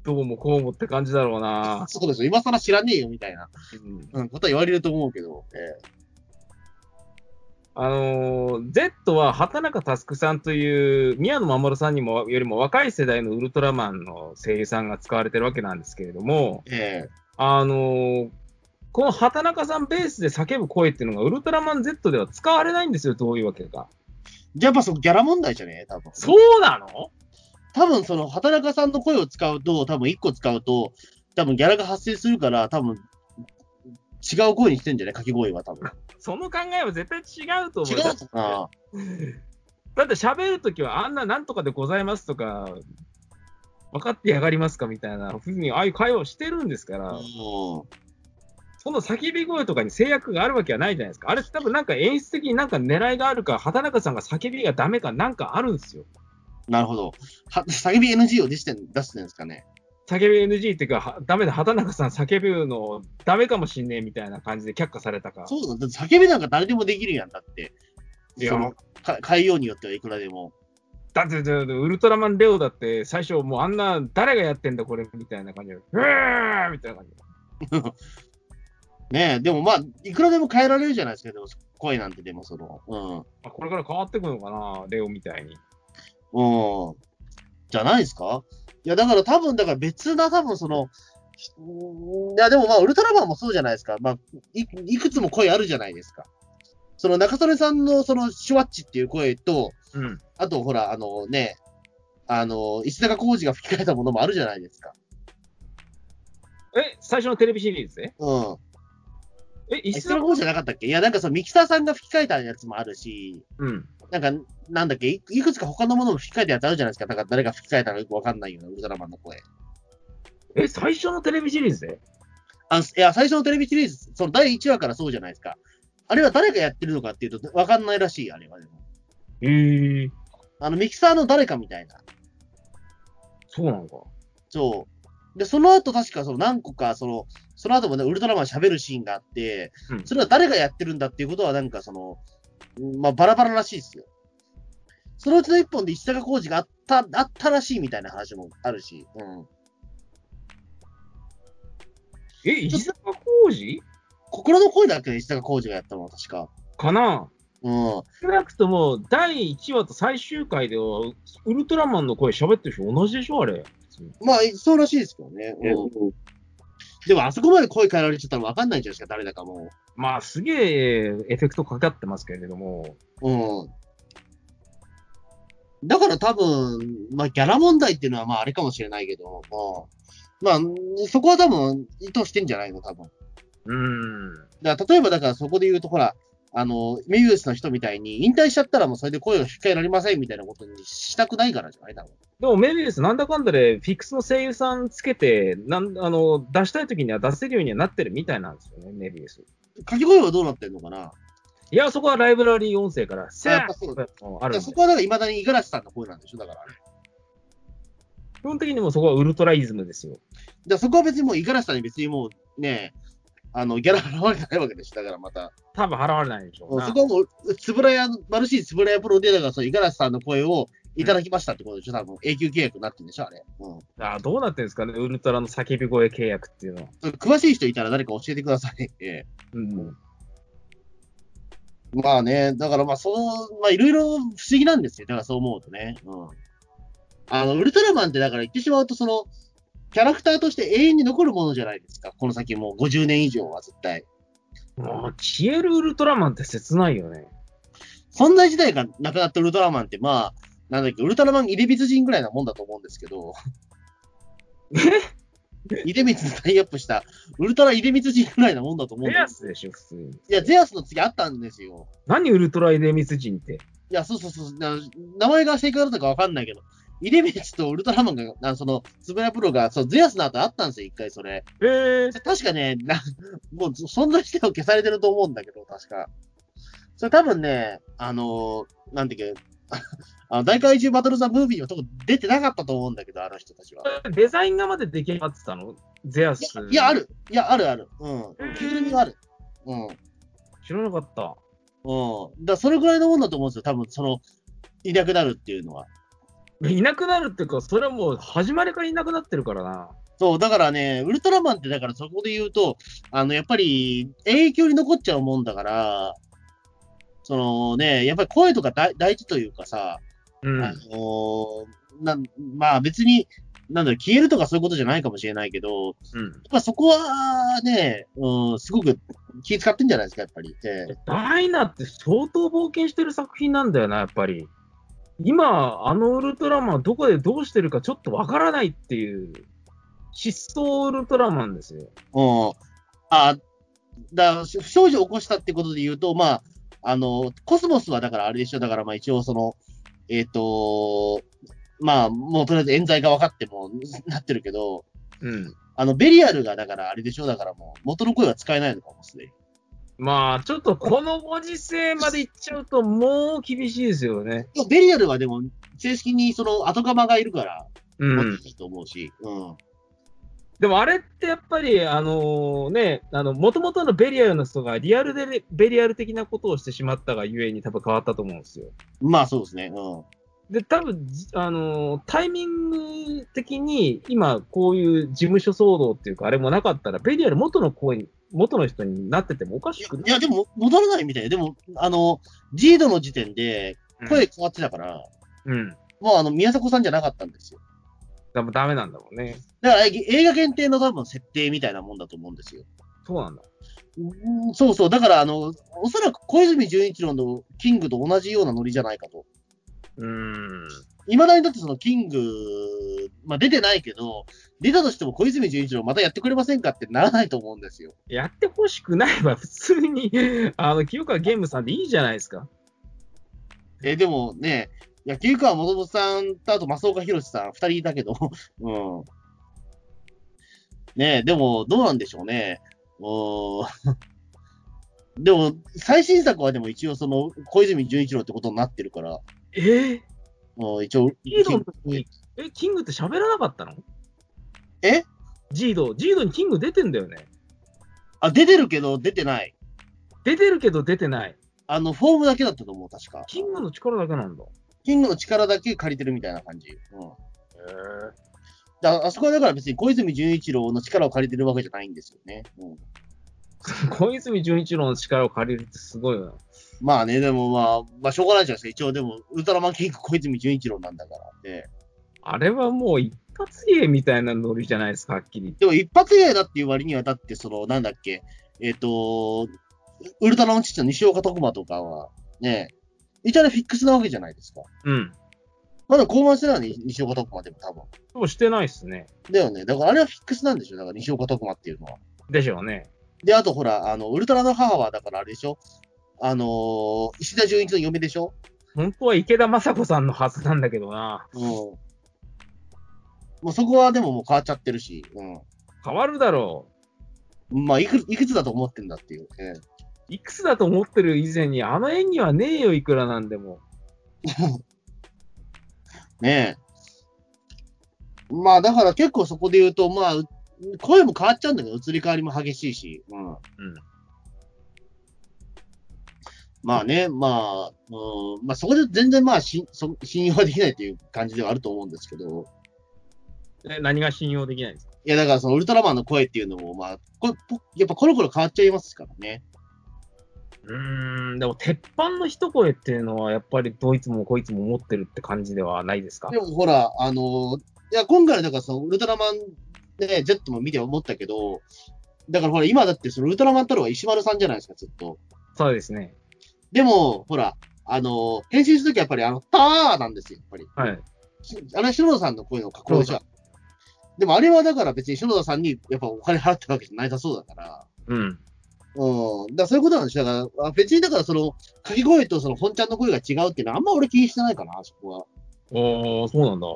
C: どうもこうもって感じだろうな
B: そうですよ。今更知らねえよ、みたいな、
C: うん。
B: うん、ことは言われると思うけど。え
C: あのー、Z は畑中佑さんという宮野真守さんにもよりも若い世代のウルトラマンの声優さんが使われてるわけなんですけれども、
B: えええ
C: あのーこの畑中さんベースで叫ぶ声っていうのがウルトラマン Z では使われないんですよ、どういうわけか。
B: じゃあやっぱそのギャラ問題じゃねえ多分。
C: そうなの
B: 多分その、畑中さんの声を使うと、多分1個使うと、多分ギャラが発生するから、多分、違う声にしてんじゃないかき声は多分。
C: その考えは絶対違うと思
B: 違
C: う。
B: うのかな
C: だって喋るときはあんななんとかでございますとか、分かってやがりますかみたいなふうに、ああいう会話をしてるんですから、
B: うん
C: その叫び声とかに制約があるわけはないじゃないですか。あれ多分なんか演出的になんか狙いがあるか、畑中さんが叫びがダメかなんかあるんですよ。
B: なるほど。は、叫び NG を出してん、出してんですかね。
C: 叫び NG っていうか、はダメだ、畑中さん叫ぶのダメかもしんねえみたいな感じで却下されたか。
B: そうだ、だって叫びなんか誰でもできるやんだって。
C: いや
B: そのか変えようによってはいくらでも。
C: だって、だってウルトラマンレオだって、最初もうあんな、誰がやってんだこれみたいな感じで、うわーみたいな感じで。
B: ねえ、でもまあ、いくらでも変えられるじゃないですか、でも声なんてでもその、
C: あこれから変わってくのかな、レオみたいに。
B: うん、うん、じゃないですかいや、だから多分、だから別な多分その、ひいや、でもまあ、ウルトラマンもそうじゃないですか。まあ、いいくつも声あるじゃないですか。その中曽根さんのそのシュワッチっていう声と、
C: うん。
B: あとほら、あのね、あの、石坂浩二が吹き替えたものもあるじゃないですか。
C: え、最初のテレビシリーズで
B: うん。
C: え、
B: 石
C: 一
B: 坂浩二じゃなかったっけいや、なんかそのミキサーさんが吹き替えたやつもあるし、
C: うん。
B: なんか、なんだっけ、いいくつか他のものも吹き替えたやつあるじゃないですか。だから誰が吹き替えたのかよくわかんないようなウルトラマンの声。
C: え、最初のテレビシリーズで
B: あのいや、最初のテレビシリーズ、その第1話からそうじゃないですか。あれは誰がやってるのかっていうと、わかんないらしい、あれはでも。
C: えー、
B: あの、ミキサーの誰かみたいな。
C: そうなのか。
B: そう。で、その後確かその何個か、その、その後もね、ウルトラマン喋るシーンがあって
C: うん、
B: それは誰がやってるんだっていうことは、なんかその、まあ、バラバラらしいですよ。そのうちの一本で石坂浩二があった、あったらしいみたいな話もあるし、うん。
C: え、石坂浩二
B: 心の声だっけ石坂浩二がやったのは確か。
C: かな
B: うん。
C: 少なくとも、第1話と最終回では、ウルトラマンの声喋ってる人同じでしょ、あれ。
B: まあ、そうらしいですけどね。うん。でも、あそこまで声変えられちゃったらわかんないんじゃないですか、誰だかも
C: まあ、すげえエフェクトかかってますけれども、
B: う。うん。だから多分、まあ、ギャラ問題っていうのは、まあ、あれかもしれないけど、うん。まあ、そこは多分、意図してんじゃないの、多分。
C: うーん。
B: だから例えば、だからそこで言うと、ほら、あの、メビウスの人みたいに、引退しちゃったらもうそれで声が控えられませんみたいなことにしたくないからじゃないだろ
C: でも、メビウス、なんだかんだで、フィックスの声優さんつけて、なんあの出したい時には出せるようにはなってるみたいなんですよね、メビウス。
B: う。掛け声はどうなってんのかなだか
C: いや、そこはライブラリー音声から、せ
B: やっ
C: ー
B: ぱそう
C: ある
B: ら
C: んで
B: そ、こはだから未だに五十嵐さんの声なんでしょだから。
C: 基本的にもうそこはウルトライズムですよ。
B: じゃそこは別にもう五十嵐さんに別にもうね、あの、ギャラ払われてないわけでしょだからまた。
C: 多分払われないでしょうな。
B: そこはもう、つぶらや、マルシーつぶらやプロデューサーが、その五十嵐さんの声をいただきましたってことでしょ、多分永久契約になってるんでしょあれ。うん。
C: あどうなってるんですかね、ウルトラの叫び声契約っていうのは。
B: それ詳しい人いたら誰か教えてください。 ええ
C: うん。
B: まあね、だからまあ、その、まあいろいろ不思議なんですよ。だからそう思うとね。うん。あの、ウルトラマンってだから言ってしまうと、その、キャラクターとして永遠に残るものじゃないですか。この先もう50年以上は絶対。
C: もう消えるウルトラマンって切ないよね。
B: そんな時代がなくなったウルトラマンって、まあ、なんだっけ、ウルトラマン入れ光人ぐらいなもんだと思うんですけど。入れ光とタイアップした、ウルトラ入れ光人ぐらいなもんだと思うん
C: レ
B: で
C: ア
B: す。
C: スでしょ、普通に。
B: いや、ゼアスの次あったんですよ。
C: 何ウルトライデミス人って。
B: いや、そうそうそう、な名前が正解だったかわかんないけど、イレベチとウルトラマンが、なその、つぶやプロが、そう、ゼアスの後あったんですよ、一回それ。
C: えー、
B: 確かね、なもう、そんな人を消されてると思うんだけど、確か。それ多分ね、あのーなんていうか、 あの大怪獣バトルザ・ムービーのとこ出てなかったと思うんだけど、あの人たちは。
C: デザインがまで出来上がってたのゼアス
B: いや、いやあ。る。いや、あるある。うん。着ぐるみがある。うん。
C: 知らなかった。
B: うん。だからそれぐらいのもんだと思うんですよ、多分、その、いなくなるっていうのは。
C: いなくなるっていうか、それはもう始まりからいなくなってるからな。
B: そう、だからね、ウルトラマンって、だからそこで言うと、あの、やっぱり、影響に残っちゃうもんだから、そのね、やっぱり声とか大大事というかさ、
C: うん。
B: あのーなん、まあ別に、なんだろう、消えるとかそういうことじゃないかもしれないけど、や
C: うん
B: っぱそこはね、うん、すごく気使ってんじゃないですか、やっぱり。ええ
C: ダイナって相当冒険してる作品なんだよな、やっぱり。今、あのウルトラマンどこでどうしてるかちょっとわからないっていう、失踪ウルトラマンですよ。
B: うん。あ、だ不祥事を起こしたってことで言うと、まあ、あの、コスモスはだからあれでしょ、だからまあ一応その、えっ、と、まあもうとりあえず冤罪が分かってもなってるけど、
C: うん。
B: あの、ベリアルがだからあれでしょ、だからもう元の声は使えないのかもすでに。
C: まあ、ちょっとこのご時世までいっちゃうと、もう厳しいですよね。
B: でもベリアルはでも正式にその後釜がいるから、
C: う
B: 持
C: ん
B: っ。ていいと思うし、うん。
C: でもあれってやっぱり、あのね、あの、もともとのベリアルの人がリアルでベリアル的なことをしてしまったがゆえに多分変わったと思うんですよ。
B: まあそうですね、うん。
C: で、多分、じあのタイミング的に今こういう事務所騒動っていうかあれもなかったら、ベリアル元の声に、元の人になっててもおかしくない
B: いや、でも戻らないみたいで、も、あの、ジードの時点で
C: うん
B: 声変わってたから、
C: うん。
B: もうあの、宮迫さんじゃなかったんですよ。
C: 多分ダメなんだろうね。
B: だからえ映画限定の多分設定みたいなもんだと思うんですよ。
C: そうなんだ。
B: うんそうそう。だから、あの、おそらく小泉純一郎のキングと同じようなノリじゃないかと。
C: うーん。
B: いまだにだってそのキング、まあ出てないけど、出たとしても小泉純一郎またやってくれませんかってならないと思うんですよ。
C: やってほしくないわ。普通に、あの、清川ゲームさんでいいじゃないですか。
B: え、でもね、いや、旧川元々さんとあと増岡宏さん、二人だけど、 うん。ねえ、でも、どうなんでしょうね。うー ん。でも、最新作はでも一応その、小泉純一郎ってことになってるから、
C: えー、
B: うん、一応、
C: ジードの時に、え、キングって喋らなかったの
B: え
C: ジード、ジードにキング出てんだよね。
B: あ、出てるけど出てない。
C: 出てるけど出てない。
B: あの、フォームだけだったと思う、確か。
C: キングの力だけなん だ。
B: キングの力だけ借りてるみたいな感じ。うん。だあそこはだから別に小泉純一郎の力を借りてるわけじゃないんですよね。うん、
C: 小泉純一郎の力を借りるってすごいな。
B: まあね、でもまあ、まあしょうがないじゃないですか。一応でも、ウルトラマンキング小泉純一郎なんだから。で
C: あれはもう一発芸みたいなノリじゃないですか、はっきり
B: でも一発芸だっていう割には、だってその、なんだっけ、えっ、と、ウルトラマンちっちゃな西岡徳馬とかは、ね、一応あれフィックスなわけじゃないですか。
C: 言って。うん。
B: まだ降板してないのに西岡徳馬でも多分。
C: でもしてないっすね。
B: だよね。だからあれはフィックスなんでしょだから西岡徳馬っていうのは。
C: でしょうね。
B: で、あとほら、あの、ウルトラの母は、だからあれでしょあのー石田純一の嫁でしょ
C: 本当は池田雅子さんのはずなんだけどな。
B: うん。まあそこはでももう変わっちゃってるし、
C: 変わるだろ
B: うん。まあいくいくつだと思ってんだっていう。え
C: う。いくつだと思ってる以前に、あの演技はねえよ、いくらなんでも。
B: えねえ。まあだから結構そこで言うと、まあ、う声も変わっちゃうんだけど、移り変わりも激しいし。うん。うんまあね、まあ、うん、まあそこで全然まあしそ信用はできないという感じではあると思うんですけど。
C: え何が信用できないんですか
B: いや、だからそのウルトラマンの声っていうのも、まあ、こぽやっぱコロコロ変わっちゃいますからね。
C: うーん、でも鉄板の一声っていうのは、やっぱりどいつもこいつも持ってるって感じではないですか
B: でもほら、あの、いや、今回だからそのウルトラマンね、ジェットも見て思ったけど、だからほら、今だってそのウルトラマン太郎は石丸さんじゃないですか、ずっと。
C: そうですね。
B: でも、ほら、あの、変身するときはやっぱりあの、ターなんですよ、やっぱり。
C: はい。
B: あれは篠田さんの声の格好でしょ。でもあれはだから別に篠田さんにやっぱお金払ってるわけじゃないさそうだから。
C: うん。
B: うん。だからそういうことなんですよ。だから、あ別にだからその、掛け声とその本ちゃんの声が違うっていうのはあんま俺気にしてないかな、そこは。
C: ああ、そうなんだ。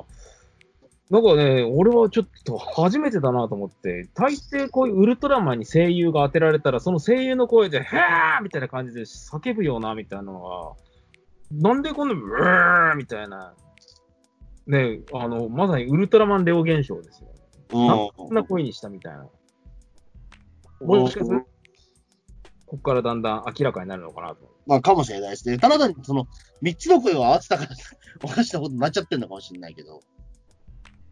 C: なんかね、俺はちょっと初めてだなと思って、大抵こういうウルトラマンに声優が当てられたら、その声優の声で、へーみたいな感じで叫ぶような、みたいなのが、なんでこんな、うーみたいな、ね、あの、まさにウルトラマンレオ現象ですよ。なんでこんな声にしたみたいな。もしかするとここからだんだん明らかになるのかなと思う。
B: まあ、かもしれないですね。ただ単にその、三つの声を合わせたから、 おかしなことになっちゃってるのかもしれないけど。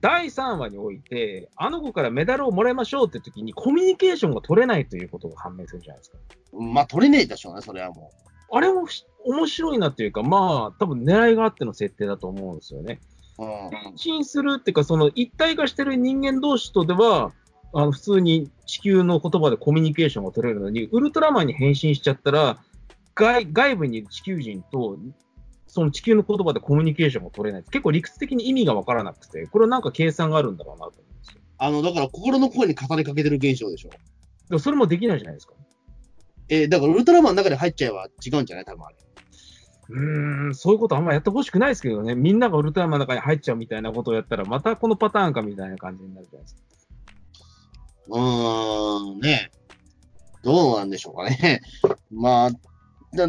C: 第3話において、あの子からメダルをもらいましょうって時に、コミュニケーションが取れないということが判明するじゃないですか。
B: まあ、取れねえでしょうね、それはも
C: あれもし面白いなっていうか、まあ、多分狙いがあっての設定だと思うんですよね。
B: う。うん。
C: 変身するっていうか、その一体化してる人間同士とでは、あの普通に地球の言葉でコミュニケーションが取れるのに、ウルトラマンに変身しちゃったら、外外部にいる地球人と、その地球の言葉でコミュニケーションが取れない。結構理屈的に意味がわからなくて、これはなんか計算があるんだろうなと思うんですよ。
B: あの、だから心の声に語りかけてる現象でしょ。
C: でもそれもできないじゃないですか。
B: えーだからウルトラマンの中で入っちゃえば違うんじゃない多分あれ。
C: うーん、そういうことあんまやってほしくないですけどね。みんながウルトラマンの中に入っちゃうみたいなことをやったら、またこのパターンかみたいな感じになるじゃないですか。
B: うーん、ねどうなんでしょうかね。 まあ、だ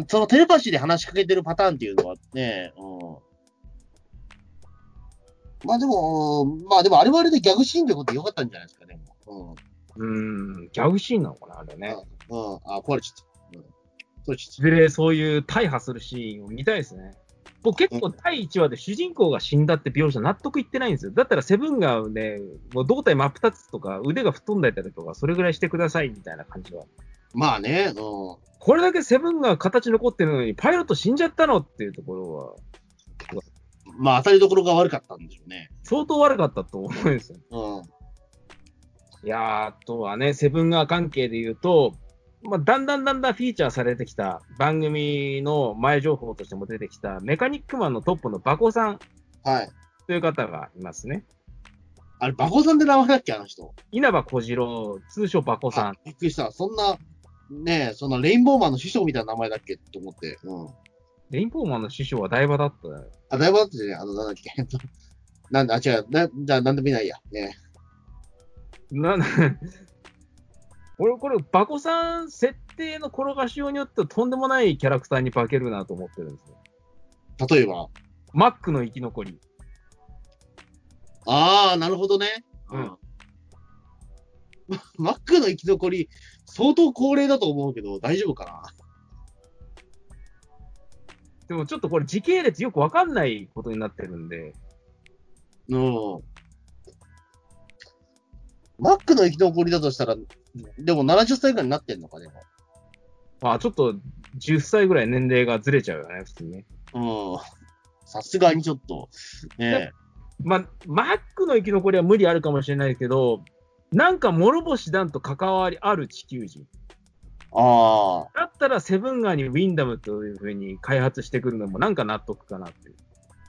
B: そのテレパシーで話しかけてるパターンっていうのはね、うん。まあでも、まあでもあれはあれでギャグシーンってことでよかったんじゃないですかね。も
C: うーん、ギャグシーンなのかな、あれね。
B: ううん。うん。あ、壊れちゃった。うん。壊れちゃった
C: いずれそういう大破するシーンを見たいですね。僕結構第1話で主人公が死んだって描写納得いってないんですよ。だったらセブンがね、もう胴体真っ二つとか腕が吹っ飛んだりだとか、それぐらいしてくださいみたいな感じは。
B: まあね、うん。
C: これだけセブンが形残ってるのに、パイロット死んじゃったのっていうところは、
B: まあ当たりどころが悪かったんでしょうね。
C: 相当悪かったと思うんですよ。
B: うん。
C: いやー、あとはね、セブン川関係で言うと、まあ、だんだんだんだんフィーチャーされてきた番組の前情報としても出てきた、メカニックマンのトップのバコさん
B: はい。
C: という方がいますね。
B: あれ、バコさんで名前だっけあの人。
C: 稲葉小次郎、通称バコさ
B: あ
C: ん。
B: びっくりした。そんな、ねえ、そんなレインボーマンの師匠みたいな名前だっけと思って。うん。
C: レインボーマンの師匠は台場だったね。
B: あ、だいぶだったじゃねあの、なんだっけ。えっ となんだ、あ、違う。なじゃあ、なんでもいないや。ね
C: な、 俺、これ、バコさん設定の転がしようによってはとんでもないキャラクターに化けるなと思ってるんですね。
B: え例えば。
C: マックの生き残り。
B: ああ、なるほどね。
C: うん。
B: マックの生き残り、相当高齢だと思うけど、大丈夫かな
C: でもちょっとこれ時系列よくわかんないことになってるんで、
B: うん。マックの生き残りだとしたら、でも70歳ぐらいになってんのか、で
C: まあちょっと10歳ぐらい年齢がずれちゃうよね、普通ね。
B: も。うん。さすがにちょっと、ね
C: まあ、マックの生き残りは無理あるかもしれないけど、なんか諸星団と関わりある地球人。
B: ああ、
C: だったらセブンガーにウィンダムというふうに開発してくるのもなんか納得かなっていう。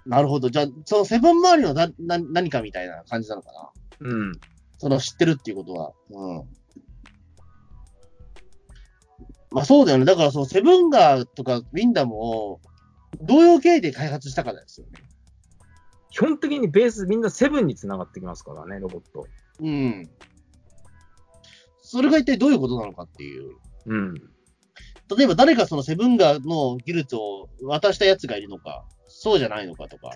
B: なるほど。じゃあ、そのセブン周りのなな何かみたいな感じなのかな。
C: うん。
B: その知ってるっていうことは。うん。まあそうだよね。だからそのセブンガーとかウィンダムを同様経緯で開発したからですよね。
C: 基本的にベースみんなセブンに繋がってきますからね、ロボット。
B: うん。それが一体どういうことなのかっていう。
C: うん。
B: 例えば誰かそのセブンガーの技術を渡した奴がいるのか、そうじゃないのかとか。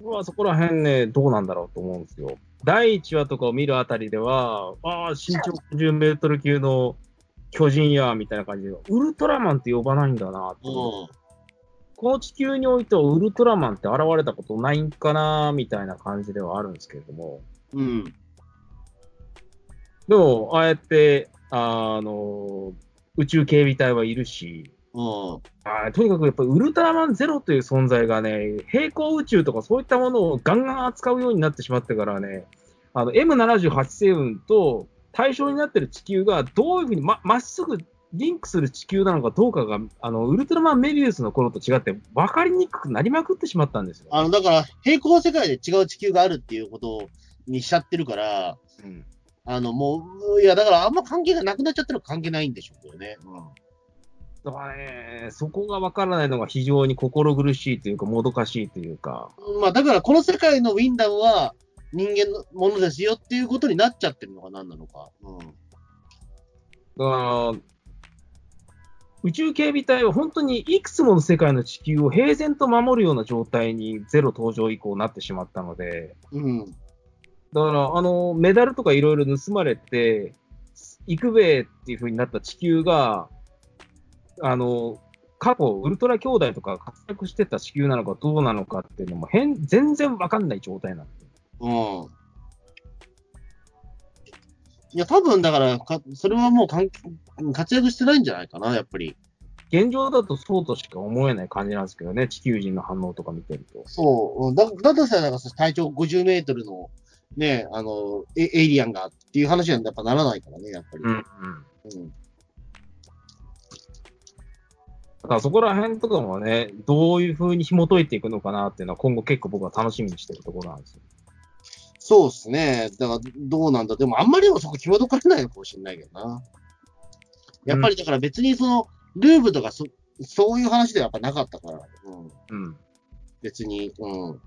C: 僕はそこら辺ね、どうなんだろうと思うんですよ。第1話とかを見るあたりでは、ああ、身長10メートル級の巨人や、みたいな感じで、ウルトラマンって呼ばないんだなって
B: う
C: 思う、
B: ん。
C: この地球においてはウルトラマンって現れたことないんかな、みたいな感じではあるんですけれども、
B: うん。
C: でも、ああやって、あの、宇宙警備隊はいるし、
B: うん。
C: あーとにかくやっぱりウルトラマンゼロという存在がね、平行宇宙とかそういったものをガンガン扱うようになってしまってからね、あの M78 星雲と対象になってる地球がどういうふうにままっすぐリンクする地球なのかどうかが、あのウルトラマンメビウスの頃と違って分かりにくくなりまくってしまったんですよ。
B: あの、だから平行世界で違う地球があるっていうことにしちゃってるから、
C: うん
B: あの、もう、いや、だからあんま関係がなくなっちゃったら関係ないんでしょうけどね。うん。
C: だからね、そこが分からないのが非常に心苦しいというか、もどかしいというか、
B: まあ、だからこの世界のウィンダムは人間のものですよっていうことになっちゃってるのが何なのか。うん。
C: だから、宇宙警備隊は本当にいくつもの世界の地球を平然と守るような状態にゼロ登場以降なってしまったので、
B: うん。
C: だから、あの、メダルとかいろいろ盗まれて、幾兵衛っていう風になった地球が、あの、過去、ウルトラ兄弟とか活躍してた地球なのかどうなのかっていうのも変、全然わかんない状態なんですよ。
B: うん。いや、多分だからか、それはもう関活躍してないんじゃないかな、やっぱり。
C: 現状だとそうとしか思えない感じなんですけどね、地球人の反応とか見てると。
B: そう。うんだだとしたら、なんかさ体長50メートルの、ね、あの、エエイリアンがっていう話にはやっぱならないからね、やっぱり。
C: うんうん。
B: うん
C: だからそこら辺とかもね、どういうふうに紐解いていくのかなっていうのは、今後結構僕は楽しみにしてるところなんですよ。
B: そうですね。だから、どうなんだ。でも、あんまりでもそこ際どかれないのかもしれないけどな。やっぱり、だから別にその、ルーブとかそ、そういう話ではやっぱなかったから、うん、
C: うん。
B: 別に、うん。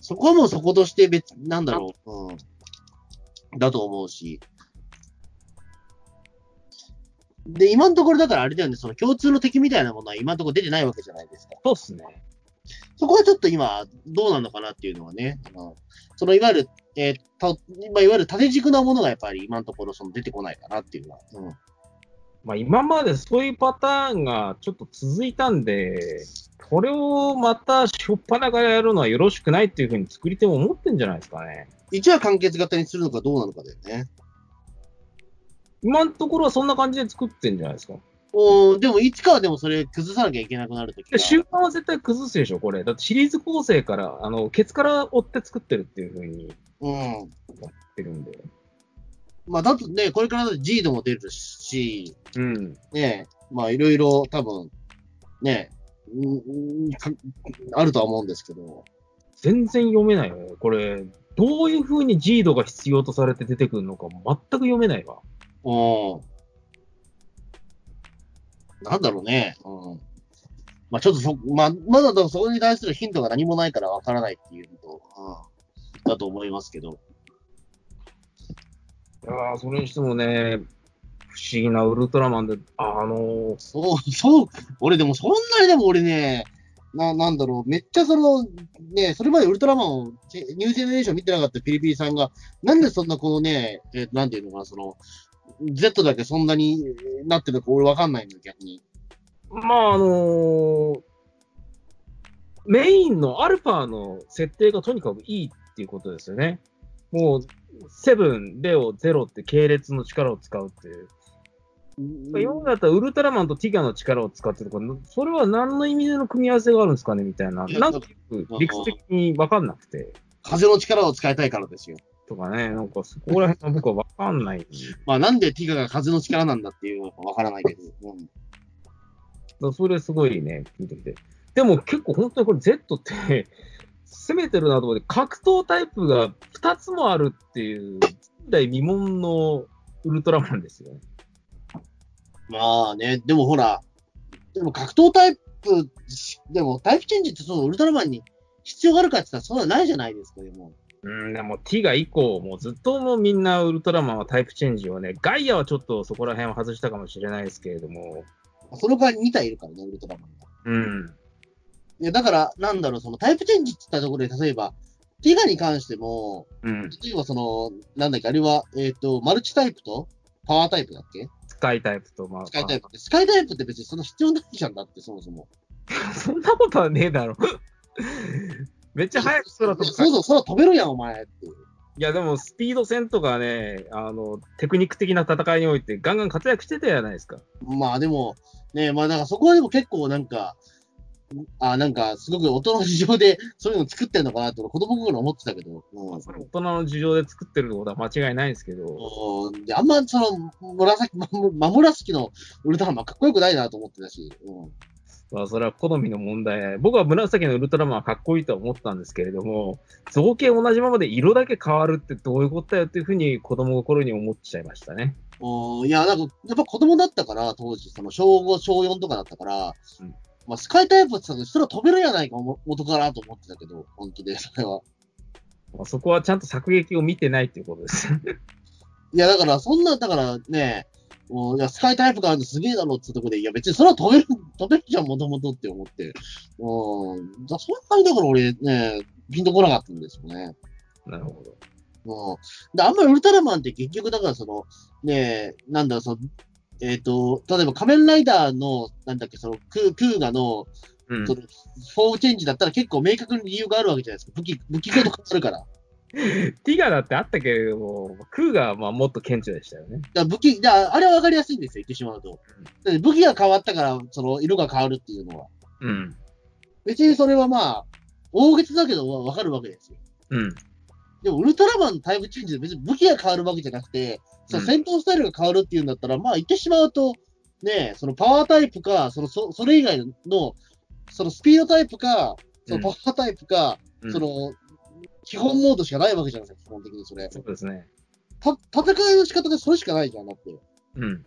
B: そこはもうそことして別、なんだろう、うん。だと思うし。で、今のところだからあれだよね、その共通の敵みたいなものは今のところ出てないわけじゃないですか。
C: そうっすね。
B: そこはちょっと今、どうなのかなっていうのはね、あのそのいわゆる、えーたまあ、いわゆる縦軸なものがやっぱり今のところその出てこないかなっていうのは。うん、
C: まあ今までそういうパターンがちょっと続いたんで、これをまたしょっぱなからやるのはよろしくないっていうふうに作り手も思ってんじゃないですかね。
B: 一話完結型にするのかどうなのかだよね。
C: 今のところはそんな感じで作ってんじゃないですか。
B: おでも、いつかはでもそれ崩さなきゃいけなくなるとき
C: で終盤は絶対崩すでしょ、これ。だってシリーズ構成から、あの、ケツから追って作ってるっていうふうに言っ
B: うん。
C: てるんで。
B: まあ、だとね、これからだとジードも出るし、
C: うん。
B: ね、まあ、いろいろ多分、ね、うんうんかあるとは思うんですけど。
C: 全然読めないよね。これ、どういう風にジードが必要とされて出てくるのか全く読めないわ。
B: うん。なんだろうね。うん。まあちょっとそ、まあ、まだだからそこに対するヒントが何もないからわからないっていうこと、うん、だと思いますけど。
C: いやー、それにしてもね、不思議なウルトラマンで、あのー
B: そう、そう、俺でもそんなにでも俺ね、な、なんだろう、めっちゃその、ね、それまでウルトラマンを、ジェニュージェネレーション見てなかったピリピリさんが、なんでそんなこのね、えーなんていうのかな、その、Z だけそんなになってるのか俺わかんないんだ、逆に。
C: まあ、あのーメインのアルファの設定がとにかくいいっていうことですよね。もう、セブン、レオ、ゼロって系列の力を使うっていう。今までだったらウルトラマンとティガの力を使ってるから、それは何の意味での組み合わせがあるんですかねみたいな。
B: いや
C: なんかよく理屈的に分かんなくて。
B: 風の力を使いたいからですよ。
C: とかね、なんかそこら辺は僕は分かんない。
B: まあ、なんでティガが風の力なんだっていうのはわからないけど。うん
C: それすごいね、見てて。でも結構本当にこれ Z って攻めてるなと思って、格闘タイプが2つもあるっていう、前代未聞のウルトラマンですよね。
B: まあね、でもほら、でも格闘タイプ、でもタイプチェンジってそのウルトラマンに必要があるかって言ったらそんなないじゃないですか、でも。
C: うん、でも T が以降、もうずっともうみんなウルトラマンはタイプチェンジをね、ガイアはちょっとそこら辺は外したかもしれないですけれども、
B: その代わり2体いるからね、ウルトラマンが。
C: うん。
B: いや、だから、なんだろう、そのタイプチェンジって言ったところで、例えば、ティガに関しても、
C: うん。
B: 例えばその、なんだっけ、あれは、えっ、と、マルチタイプとパワータイプだっけ
C: スカイタイプと、まあ、
B: スカイタイプって。スカイタイプって別にその必要ないじゃんだって、そもそも。
C: まあそんなことはねえだろ。 めっちゃ早く空飛ぶ
B: そうそう、空飛べるやん、お前っていう。
C: いや、でも、スピード戦とかね、あの、テクニック的な戦いにおいて、ガンガン活躍してたじゃないですか。
B: まあでも、ねまあなんかそこはでも結構なんか、あなんかすごく大人の事情でそういうの作ってんのかなと子供心思ってたけど、うん
C: 大人の事情で作ってることは間違いないんですけど、
B: うんであんまその紫、ま、ま紫のウルトラマンかっこよくないなと思ってたし、うん
C: まあ、それは好みの問題。僕は紫のウルトラマンはかっこいいとは思ったんですけれども、造形同じままで色だけ変わるってどういうことだよっていうふうに子供心に思っちゃいましたね。
B: うん、いや、なんか、やっぱ子供だったから、当時、その小5、小4とかだったから、
C: うん
B: まあ、スカイタイプって言ったら、それは飛べるやないか、も元からと思ってたけど、本気で、それは。
C: まあ、そこはちゃんと作劇を見てないっていうことです。
B: いや、だから、そんな、だからね、もういやスカイタイプがあるのすげえだろってとこで、いや、別にそれは飛べる、飛べるじゃん、もともとって思って。うん。だそんなに、だから俺ね、ピンとこなかったんですよね。
C: なるほど。
B: うん。で、あんまりウルトラマンって結局、だからその、ねえ、なんだろう、その、えっ、と、例えば仮面ライダーの、なんだっけ、その、クークーガの、
C: うん
B: そ。のフォームチェンジだったら結構明確に理由があるわけじゃないですか。武器、武器ごと変わるから。だ か
C: ティガだってあったけれども、クーガーはまあもっと顕著でしたよね。
B: ら武器、だからあれはわかりやすいんですよ、言ってしまうと。だって武器が変わったから、その色が変わるっていうのは。
C: うん。
B: 別にそれはまあ、大げさだけどわわかるわけですよ。
C: うん。
B: でも、ウルトラマンのタイムチェンジで別に武器が変わるわけじゃなくて、その
C: うん
B: 戦闘スタイルが変わるっていうんだったら、まあ言ってしまうと、ねえ、そのパワータイプか、そのそそれ以外の、そのスピードタイプか、そのパワータイプか、
C: うん
B: その、基本モードしかないわけじゃないですか、基本的にそれ。
C: そうですね。
B: た戦いの仕方でそれしかないじゃん、だって。
C: うん。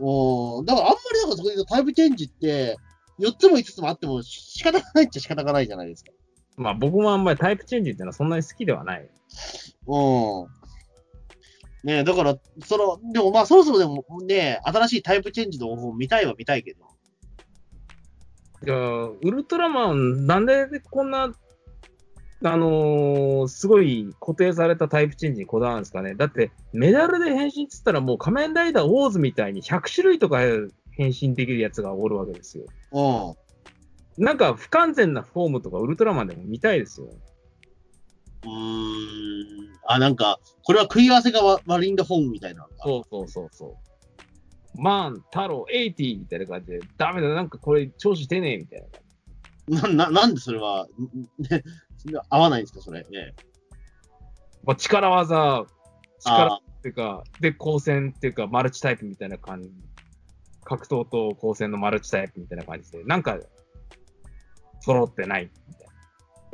B: おーだからあんまりなんかそこで言うとタイプチェンジって、4つも5つもあっても仕方がないっちゃ仕方がないじゃないですか。
C: まあ僕もあんまりタイプチェンジっていうのはそんなに好きではない。
B: うん。ねえ、だから、その、でもまあそろそろでもね、新しいタイプチェンジの方法見たいは見たいけど。
C: いやーウルトラマン、なんでこんな、あのーすごい固定されたタイプチェンジにこだわるんですかね。だって、メダルで変身っつったらもう仮面ライダーウォーズみたいに100種類とか変身できるやつがおるわけですよ。
B: うん。
C: なんか不完全なフォームとかウルトラマンでも見たいですよ。
B: うーん。あ、なんか、これは食い合わせがわ悪いんだ本みたいなのが。
C: そうそうそうそう。マン、太郎、エイティみたいな感じで、ダメだ、なんかこれ調子出ねえみたいな。
B: な、な、なんでそれは、ね、それは合わないんですか、それ。ね、
C: まあ、力技、力
B: あ
C: っていうか、で、光線っていうか、マルチタイプみたいな感じ。格闘と光線のマルチタイプみたいな感じで、なんか、揃ってないみたいな。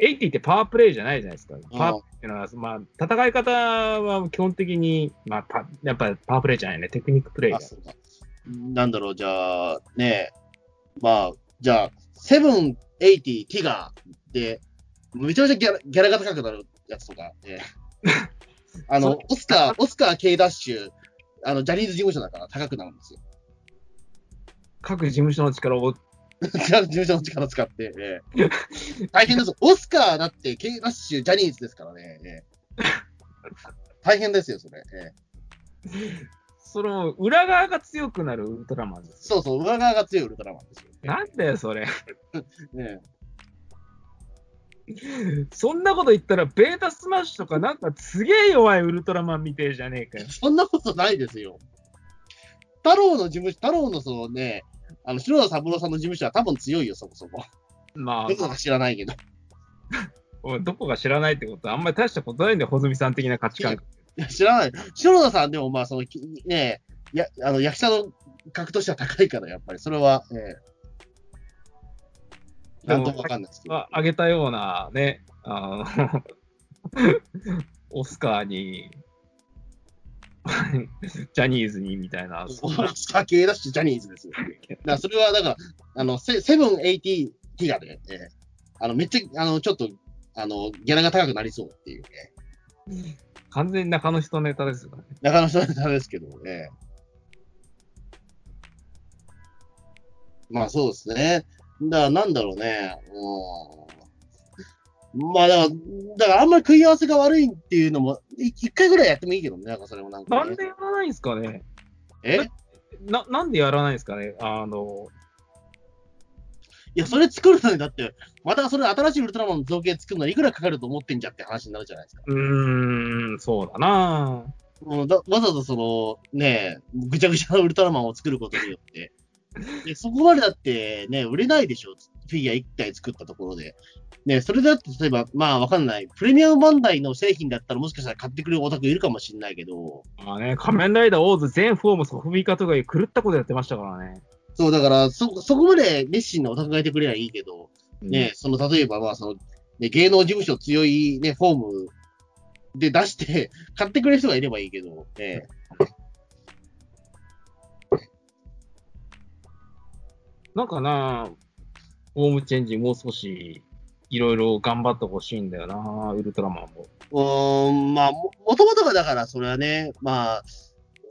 C: エイティってパワープレイじゃないじゃないですか。パワープレイっていうのは、まあ、戦い方は基本的に、まあ、パやっぱパワープレイじゃないね。テクニックプレイ
B: ー
C: だ
B: あ、。そうか。なんだろう、じゃあ、ねえ、まあ、じゃあ、セブン、エイティ、ティガーで、めちゃめちゃギャラギャラが高くなるやつとか、 ね、あ
C: そう
B: の、オスカー、オスカー K ダッシュ、あの、ジャニーズ事務所だから高くなるんですよ。
C: 各事務所の力を
B: 事務所の力使って、ええ 大変です。オスカーだって、ケイラッシュ、ジャニーズですからね。ええ大変ですよ、それ。ええ
C: その、裏側が強くなるウルトラマンです。
B: そうそう、裏側が強いウルトラマンですよ。
C: なんだよ、それ。
B: ね
C: そんなこと言ったら、ベータスマッシュとか、なんかすげえ弱いウルトラマンみてえじゃねえかよ。
B: そんなことないですよ。太郎の事務所、太郎のそのね、あの、篠田三郎さんの事務所は多分強いよ、そもそも。
C: ま
B: どこか知らないけど。
C: あ、どこか知らないってことは、あんまり大したことないんだよ、穂積さん的な価値観。
B: いや、知らない。篠田さんでもまあ、その、きねえ、や、あの、役者の格としては高いから、やっぱり、それは、ええ
C: で
B: な
C: も
B: んともわかんないですけど。
C: ああげたようなね、あの オスカーに、ジャニーズにみたいな、そん
B: オ
C: な
B: スカー系だし、ジャニーズですよ。だから、それは、だから、あの、セセブン、エイティ、ギガで、ええあの、めっちゃ、あの、ちょっと、あの、ギャラが高くなりそうっていうね。
C: 完全に中の人ネタですよね。
B: 中野さんですけど、ええまあそうですね。だからなんだろうね。うん。まあだから、だからあんまり食い合わせが悪いっていうのも、い一回ぐらいやってもいいけどね、なんかそれもなん
C: な
B: か、
C: ん
B: ね。
C: でやらないんですかね
B: え
C: ななんでやらないんですかねあの、
B: いや、それ作るのにだって、またそれ新しいウルトラマンの造形作るのにいくらかかると思ってんじゃんって話になるじゃないですか。
C: うーん、そうだな
B: うん、だわざわざその、ねえ、ぐちゃぐちゃなウルトラマンを作ることによって。でそこまでだってね、売れないでしょ。フィギュア1体作ったところで。ねそれだって例えば、まあわかんない。プレミアムバンダイの製品だったらもしかしたら買ってくれるオタクいるかもしれないけど。
C: まあね、仮面ライダーオーズ全フォームソフビカとかいう狂ったことやってましたからね。
B: そう、だから、そ、そこまで熱心なオタクがいてくれりゃいいけど、ね、その例えば、まあそのね、芸能事務所強い、ね、フォームで出して、 買ってくれる人がいればいいけど、ね、
C: なんかなフォームチェンジもう少し、いろいろ頑張ってほしいんだよなウルトラマンも。
B: うーん、まあ、ももともとがだから、それはね、まあ、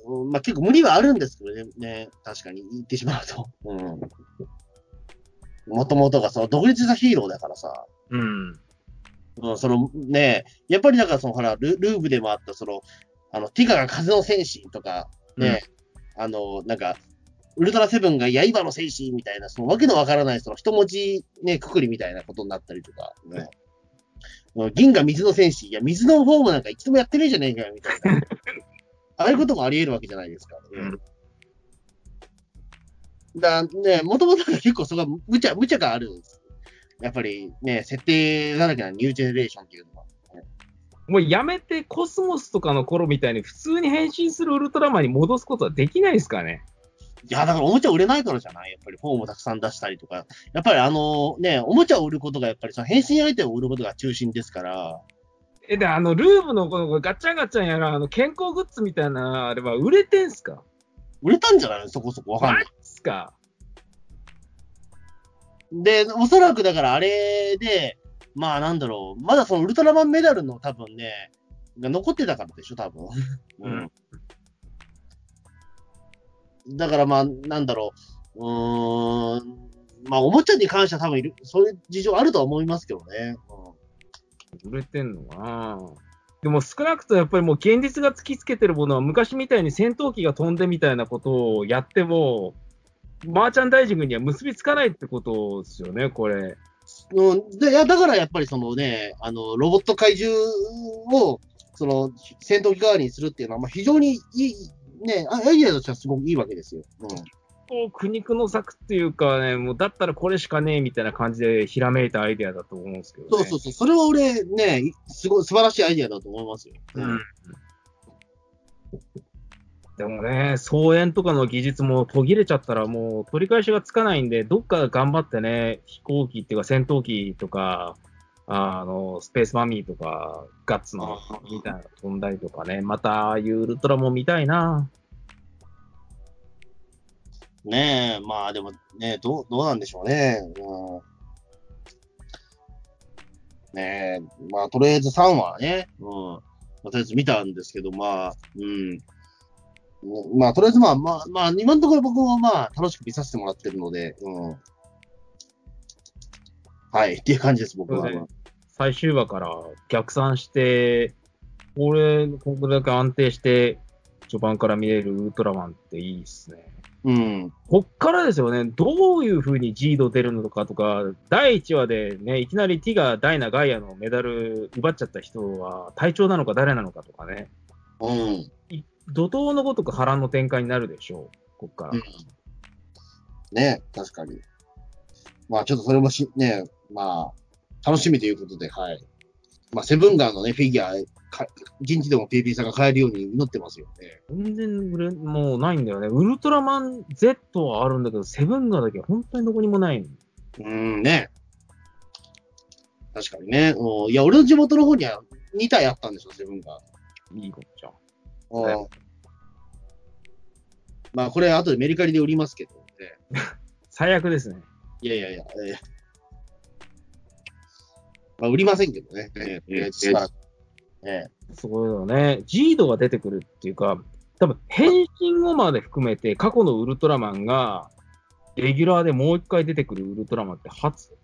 B: うんまあ、結構無理はあるんですけどね、ね確かに言ってしまうと。うん。もともとがその独立したヒーローだからさ、
C: うん。
B: うん、そのね、やっぱりなんかその、ほら、ルルーブでもあった、その、あの、ティガが風の戦士とか、ね、あの、なんか、ウルトラセブンが刃の戦士みたいな、そのわけのわからない、その一文字ね、くくりみたいなことになったりとか、ね。うん銀河水の戦士、いや、水のフォームなんか一度もやってねえじゃねえかよ、みたいな。ああいうこともあり得るわけじゃないですか。うんだね、もともと結構そこは無茶、無茶があるんです。やっぱりね、設定だらけなニュージェネレーションっていうのは。
C: もうやめてコスモスとかの頃みたいに普通に変身するウルトラマンに戻すことはできないですかね
B: いや、だからおもちゃ売れないからじゃないやっぱりフォームをたくさん出したりとか。やっぱりあのね、おもちゃを売ることが、やっぱりその変身相手を売ることが中心ですから。
C: え、で、あの、ルームのこのガチャンガチャンやら、あの、健康グッズみたいな、あれは売れてんすか
B: 売れたんじゃないのそこそこわかんない。
C: すか
B: で、おそらくだからあれで、まあなんだろう、まだそのウルトラマンメダルの多分ね、が残ってたからでしょ、多分。
C: うん。
B: だからまあなんだろう、うーん、まあおもちゃに関しては多分いる、そういう事情あるとは思いますけどね。うん
C: 売れてんのかなでも少なくともやっぱりもう現実が突きつけてるものは昔みたいに戦闘機が飛んでみたいなことをやっても、マーチャンダイジングには結びつかないってことですよね、これ。
B: うん、でいやだからやっぱりそのね、あのロボット怪獣をその戦闘機代わりにするっていうのは、まあ、非常にいい、ね、あアイデアとしてはすごくいいわけですよ。う
C: こう苦肉の策っていうかね、もうだったらこれしかねえみたいな感じでひらめいたアイデアだと思うんですけど、ね。
B: ん、そうそうそう、それは俺、ね、いすごい素晴らしいアイデアだと思いますよ。
C: うんでもね、草園とかの技術も途切れちゃったらもう取り返しがつかないんで、どっか頑張ってね、飛行機っていうか戦闘機とか、あの、スペースマミーとか、ガッツのみたいなの飛んだりとかね、またああいうウルトラも見たいな。
B: ねえ、まあでもね、どうどうなんでしょうね。うん、ねえ、まあとりあえず3話ね、うんまあ、とりあえず見たんですけど、まあ、うん。ねまあとりあえずまあまあ、まあ今のところ僕もまあ楽しく見させてもらってるので、うん。はい。っていう感じです、僕
C: そう
B: は
C: で。すね最終話から逆算して、これ、ここだけ安定して、序盤から見れるウルトラマンっていいっすね。
B: うん。
C: こっからですよね、どういう風にジード出るのかとか、第1話でね、いきなりティガ、ダイナ、ガイアのメダル奪っちゃった人は、隊長なのか誰なのかとかね、
B: うん。
C: 怒涛のごとく波乱の展開になるでしょう、こっから。
B: うんね確かに。まあ、ちょっとそれもし、ねまあ、楽しみということで、はい。まあ、セブンガーのね、フィギュア、か現地でも PP さんが買えるように祈ってますよね。
C: 全然売れ、もうないんだよね。ウルトラマン Z はあるんだけど、セブンガだけ本当にどこにもないの。
B: うん、ね確かにね。うんいや、俺の地元の方には2体あったんですよ、セブンガー。
C: いいことじゃん。
B: う
C: ね
B: んまあ、これ、後でメリカリで売りますけどね。
C: 最悪ですね。
B: いやいやいや、えーまあ、売りませんけどね。ええええ
C: すごいよね。ジードが出てくるっていうか、多分変身後まで含めて、過去のウルトラマンが、レギュラーでもう一回出てくるウルトラマンって初で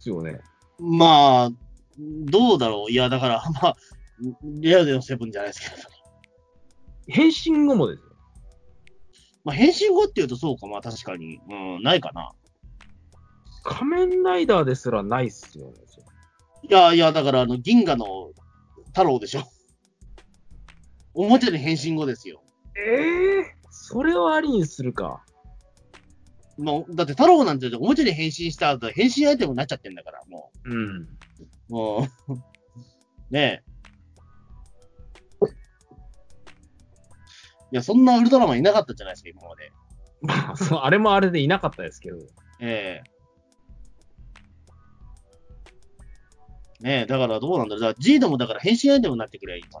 C: すよね。
B: まあ、どうだろう。いや、だから、 まあ、レアでのセブンじゃないですけど。
C: 変身後もですよ。
B: まあ、変身後っていうとそうか、まあ確かに。うん、ないかな。
C: 仮面ライダーですらないっすよね。
B: いやいや、だから、あの、銀河の太郎でしょ。 おもちゃで変身後ですよ。
C: ええそれをありにするか。
B: まあ、だって太郎なんておもちゃで変身した後、変身アイテムになっちゃってんだから、も
C: うん。
B: う。 もうねえ。いや、そんなウルトラマンいなかったじゃないですか、今まで。
C: まあ、そうあれもあれでいなかったですけど。
B: ええねえ、だからどうなんだろう。だからジードもだから変身アイテムになってくればいいのか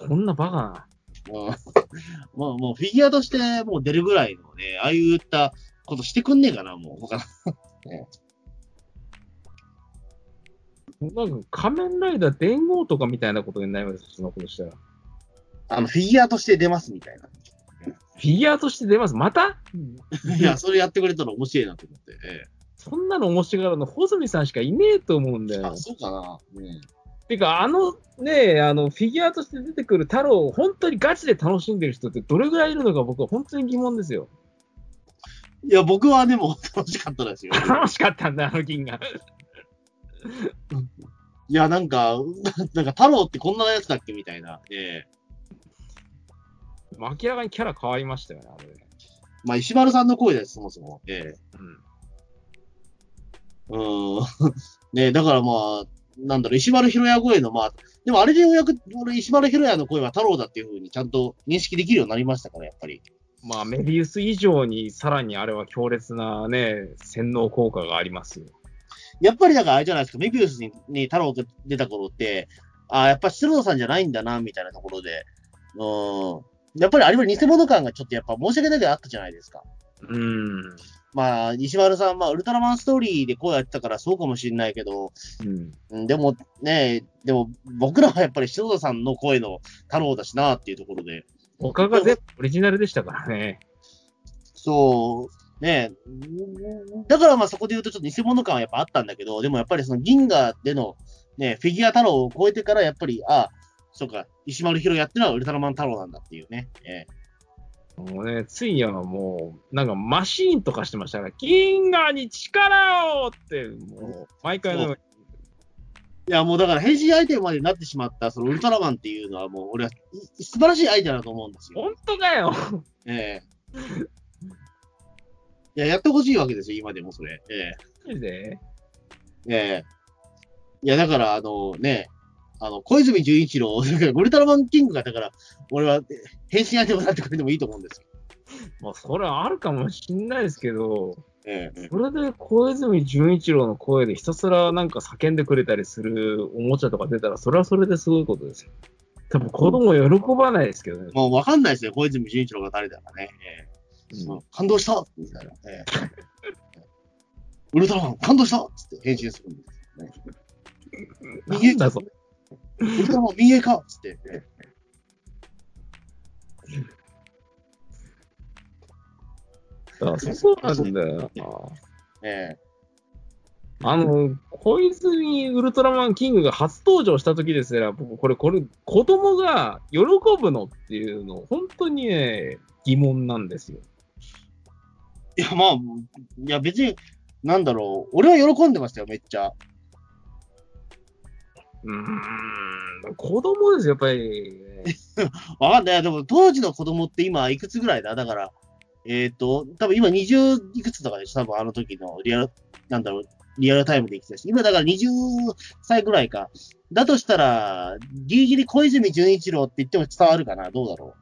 B: な。
C: こんなバカな。
B: うん、 まあもうフィギュアとしてもう出るぐらいのね、ああいったことしてくんねえかな、もう。他の
C: なんか仮面ライダー伝言とかみたいなことになりますよそのことしたら。フ
B: あの、フィギュアとして出ますみたい な。
C: ィギュアとして出ます。また
B: いや、それやってくれたら面白いなと思って。え
C: そんなの面白がるの、穂積さんしかいねえと思うんだ
B: え
C: よ
B: あ、。そうかな。うん。
C: てか、あのね、あの、フィギュアとして出てくる太郎を本当にガチで楽しんでる人ってどれぐらいいるのか僕は本当に疑問ですよ。
B: いや、僕はでも 楽しかったですよ。
C: 楽しかったんだ、あの銀が。
B: いや、なんか、 なんか太郎ってこんなやつだっけみたいな。ええ
C: 明らかにキャラ変わりましたよね、あれね。
B: まあ、石丸さんの声です、そもそも。ええ
C: う
B: うー
C: ん。
B: んねだからまあ、なんだろう、石丸博也声の、まあ、でもあれでようやく、俺、石丸博也の声は太郎だっていうふうにちゃんと認識できるようになりましたから、やっぱり。
C: まあ、メビウス以上にさらにあれは強烈なね、洗脳効果がありますよ。
B: やっぱりだからあれじゃないですか、メビウスにに太郎が出た頃って、ああ、やっぱ白田さんじゃないんだな、みたいなところで、うーん。やっぱりあれは偽物感がちょっとやっぱ申し訳ないけどあったじゃないですか。
C: うん。
B: まあ、石丸さん、まあ、ウルトラマンストーリーでこうやってたからそうかもしれないけど、
C: うん。
B: うんでもね、でも僕らはやっぱり白田さんの声の太郎だしなっていうところで、
C: 他が全部オリジナルでしたからね。
B: そう、ねだからまあそこで言うとちょっと偽物感はやっぱあったんだけど、でもやっぱりその銀河での、ね、フィギュア太郎を超えてからやっぱり、ああ、そうか、石丸博やってのはウルトラマン太郎なんだっていうね。ええ
C: もうね、ついにはもう、なんかマシーンとかしてましたから、銀河に力をって、もう、毎回のように
B: いやもうだから変身アイテムまでになってしまったそのウルトラマンっていうのはもう俺はい素晴らしいアイデアだと思うんですよ。
C: 本当かよ
B: ええいや、やってほしいわけですよ、今でもそれ。ええ
C: マジで
B: ええいや、だから、あのね、あの、小泉純一郎、 だからウルトラマンキングが、だから、俺は、え変身アイテムになってくれてもいいと思うんですよ。
C: まあ、それはあるかもしんないですけど、
B: ええ
C: それで小泉純一郎の声でひたすらなんか叫んでくれたりするおもちゃとか出たら、それはそれですごいことですよ。多分子供喜ばないですけどね。
B: もうわかんないですよ、小泉純一郎が誰だかね。ええ
C: うん
B: 感動したみたいな。ええウルトラマン、感動したっつって変身するんですよね。
C: なんだそれ
B: ウルトラマン、民営化っつって。ええ
C: あそうなんだよな。
B: ええ
C: あの、小泉ウルトラマンキングが初登場した時ですら、僕、これ、これ、子供が喜ぶのっていうの、本当にね、疑問なんですよ。
B: いや、まあ、いや、別に、なんだろう。俺は喜んでましたよ、めっちゃ。
C: うーん、子供ですよ、やっぱりね、
B: わかんない。でも、当時の子供って今、いくつぐらいだだから、えっ、と、多分今20いくつとかでしょ多分あの時のリアル、なんだろう、リアルタイムで生きてたし。今だから20歳ぐらいか。だとしたら、ギリギリ小泉純一郎って言っても伝わるかなどうだろ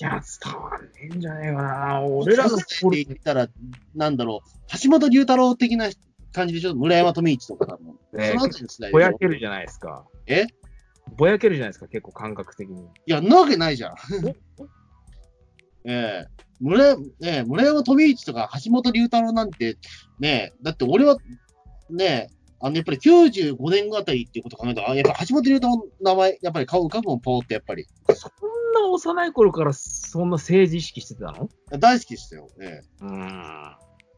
C: いや、伝わんねえんじゃねえかな。
B: う
C: 俺らの
B: のって言ったら、なんだろう、橋本龍太郎的な感じでしょ村山富一とか多分。
C: ね
B: その後に伝え
C: ぼやけるじゃないですか。
B: え
C: ぼやけるじゃないですか、結構感覚的に。
B: いや、んなわけないじゃん。ええ村 ねえ村山富一とか橋本龍太郎なんて、ねえ、だって俺は、ねえ、あの、やっぱり95年あたりっていうことを考えたら、あやっぱ橋本龍太郎の名前、やっぱり顔浮かぶもん、ポーってやっぱり。
C: そんな幼い頃からそんな政治意識してたの
B: 大好きでしたよ。ええ
C: うーん。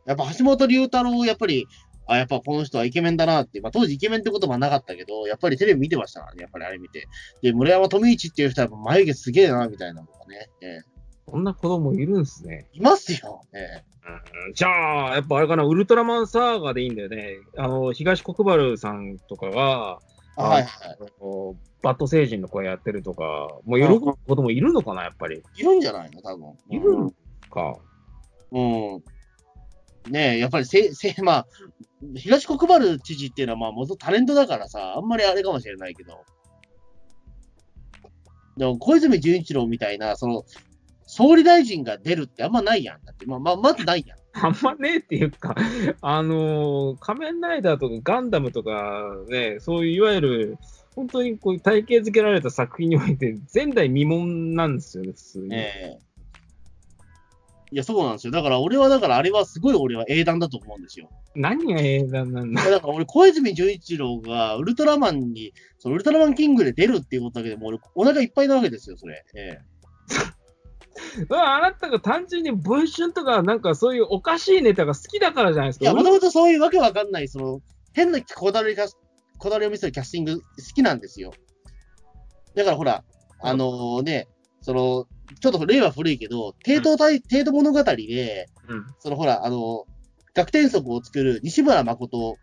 B: やっぱ橋本龍太郎、やっぱり、あ、やっぱこの人はイケメンだなって、まあ当時イケメンって言葉はなかったけど、やっぱりテレビ見てましたからね、やっぱりあれ見て。で、村山富一っていう人はやっぱ眉毛すげえな、みたいなのがね、ええ
C: そんな子供いるんすね。
B: いますよ。ええ
C: うんじゃあ、やっぱあれかな、ウルトラマンサーガでいいんだよね。あの、東国原さんとかが、
B: あ
C: あ
B: はいはい。
C: こうバット星人の声やってるとか、もう喜ぶ子供いるのかな、やっぱり。
B: いるんじゃないの多分。
C: いるのか。
B: うん。ねえ、やっぱりせ、せ、まあ、東国原知事っていうのは、まあ、元タレントだからさ、あんまりあれかもしれないけど。でも、小泉純一郎みたいな、その、総理大臣が出るってあんまないやん。だって、まあ、まあ、まずないやん。
C: あんまねえっていうか、 あのー仮面ライダーとかガンダムとかね、そういういわゆる、本当にこういう体系づけられた作品において、前代未聞なんですよね、普通に。
B: ええいや、そうなんですよ。だから、俺は、だから、あれはすごい俺は英断だと思うんですよ。
C: 何が英断なんだ
B: いやだから俺、小泉純一郎がウルトラマンに、そのウルトラマンキングで出るっていうことだけでもう俺、お腹いっぱいなわけですよ、それ。え
C: うわあなたが単純に文春とか、なんかそういうおかしいネタが好きだからじゃないです
B: え、い
C: か。
B: や、もともとそういうわけわかんない、その、変なこだわりか、こだわりを見せるキャスティング好きなんですよ。だからほら、あのね、その、ちょっと例は古いけど、帝都大、帝都物語で、
C: うん
B: そのほら、あの、学天則を作る西村誠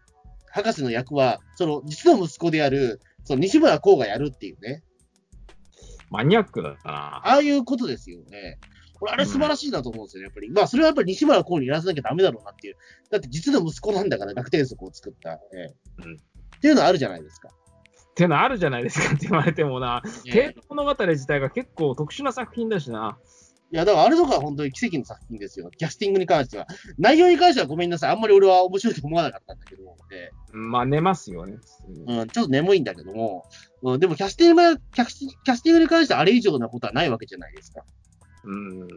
B: 博士の役は、その、実の息子である、その西村光がやるっていうね。
C: マニアックだな。
B: ああいうことですよね。俺、あれ素晴らしいなと思うんですよね、やっぱり。まあ、それはやっぱり西村公にやらせなきゃダメだろうなっていう。だって実の息子なんだから、楽天則を作った。ええ
C: うん
B: っていうのはあるじゃないですか。
C: っていうのあるじゃないですかって言われても な。帝都物語自体が結構特殊な作品だしな。
B: いや、だからあれとかは本当に奇跡の作品ですよ。キャスティングに関しては。内容に関してはごめんなさい。あんまり俺は面白いと思わなかったんだけど、え
C: まあ寝ますよね。普通に
B: えうん、ちょっと眠いんだけども、うん、でもキャスティングはキャス、キャスティングに関してはあれ以上なことはないわけじゃないですか。
C: うーん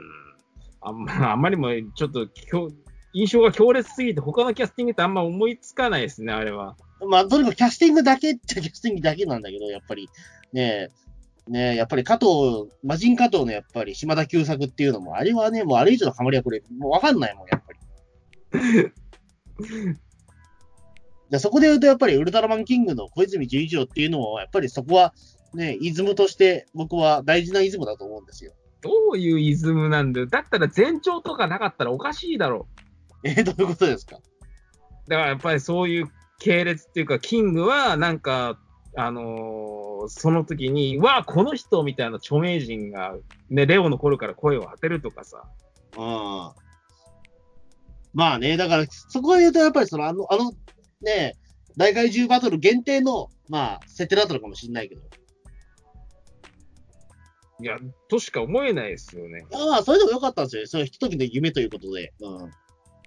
C: あんまあんまりもちょっときょ印象が強烈すぎて、他のキャスティングってあんま思いつかないですね、あれは。
B: まあ、とにかくキャスティングだけっちゃキャスティングだけなんだけど、やっぱり、ねえ、ねえ、やっぱり加藤、魔人加藤のやっぱり島田久作っていうのも、あれはね、もうあれ以上のハマりはこれ、もうわかんないもん、やっぱり。でそこで言うと、やっぱりウルトラマンキングの小泉純一郎っていうのも、やっぱりそこは、ね、イズムとして僕は大事なイズムだと思うんですよ。
C: どういうイズムなんだよ。だったら前兆とかなかったらおかしいだろ
B: えどういうことですか
C: う。だからやっぱりそういう系列っていうか、キングはなんか、あのーその時に、わあ、この人みたいな著名人が、ね、レオの頃から声を当てるとかさ。
B: うんまあね、だから、そこで言うと、やっぱりその、あの、あの、ね、大怪獣バトル限定の、まあ、設定だったのかもしれないけど。
C: いや、としか思えないですよね。
B: まあ、それでも良かったんですよ。そのひとときの夢ということで。うん。ウ
C: う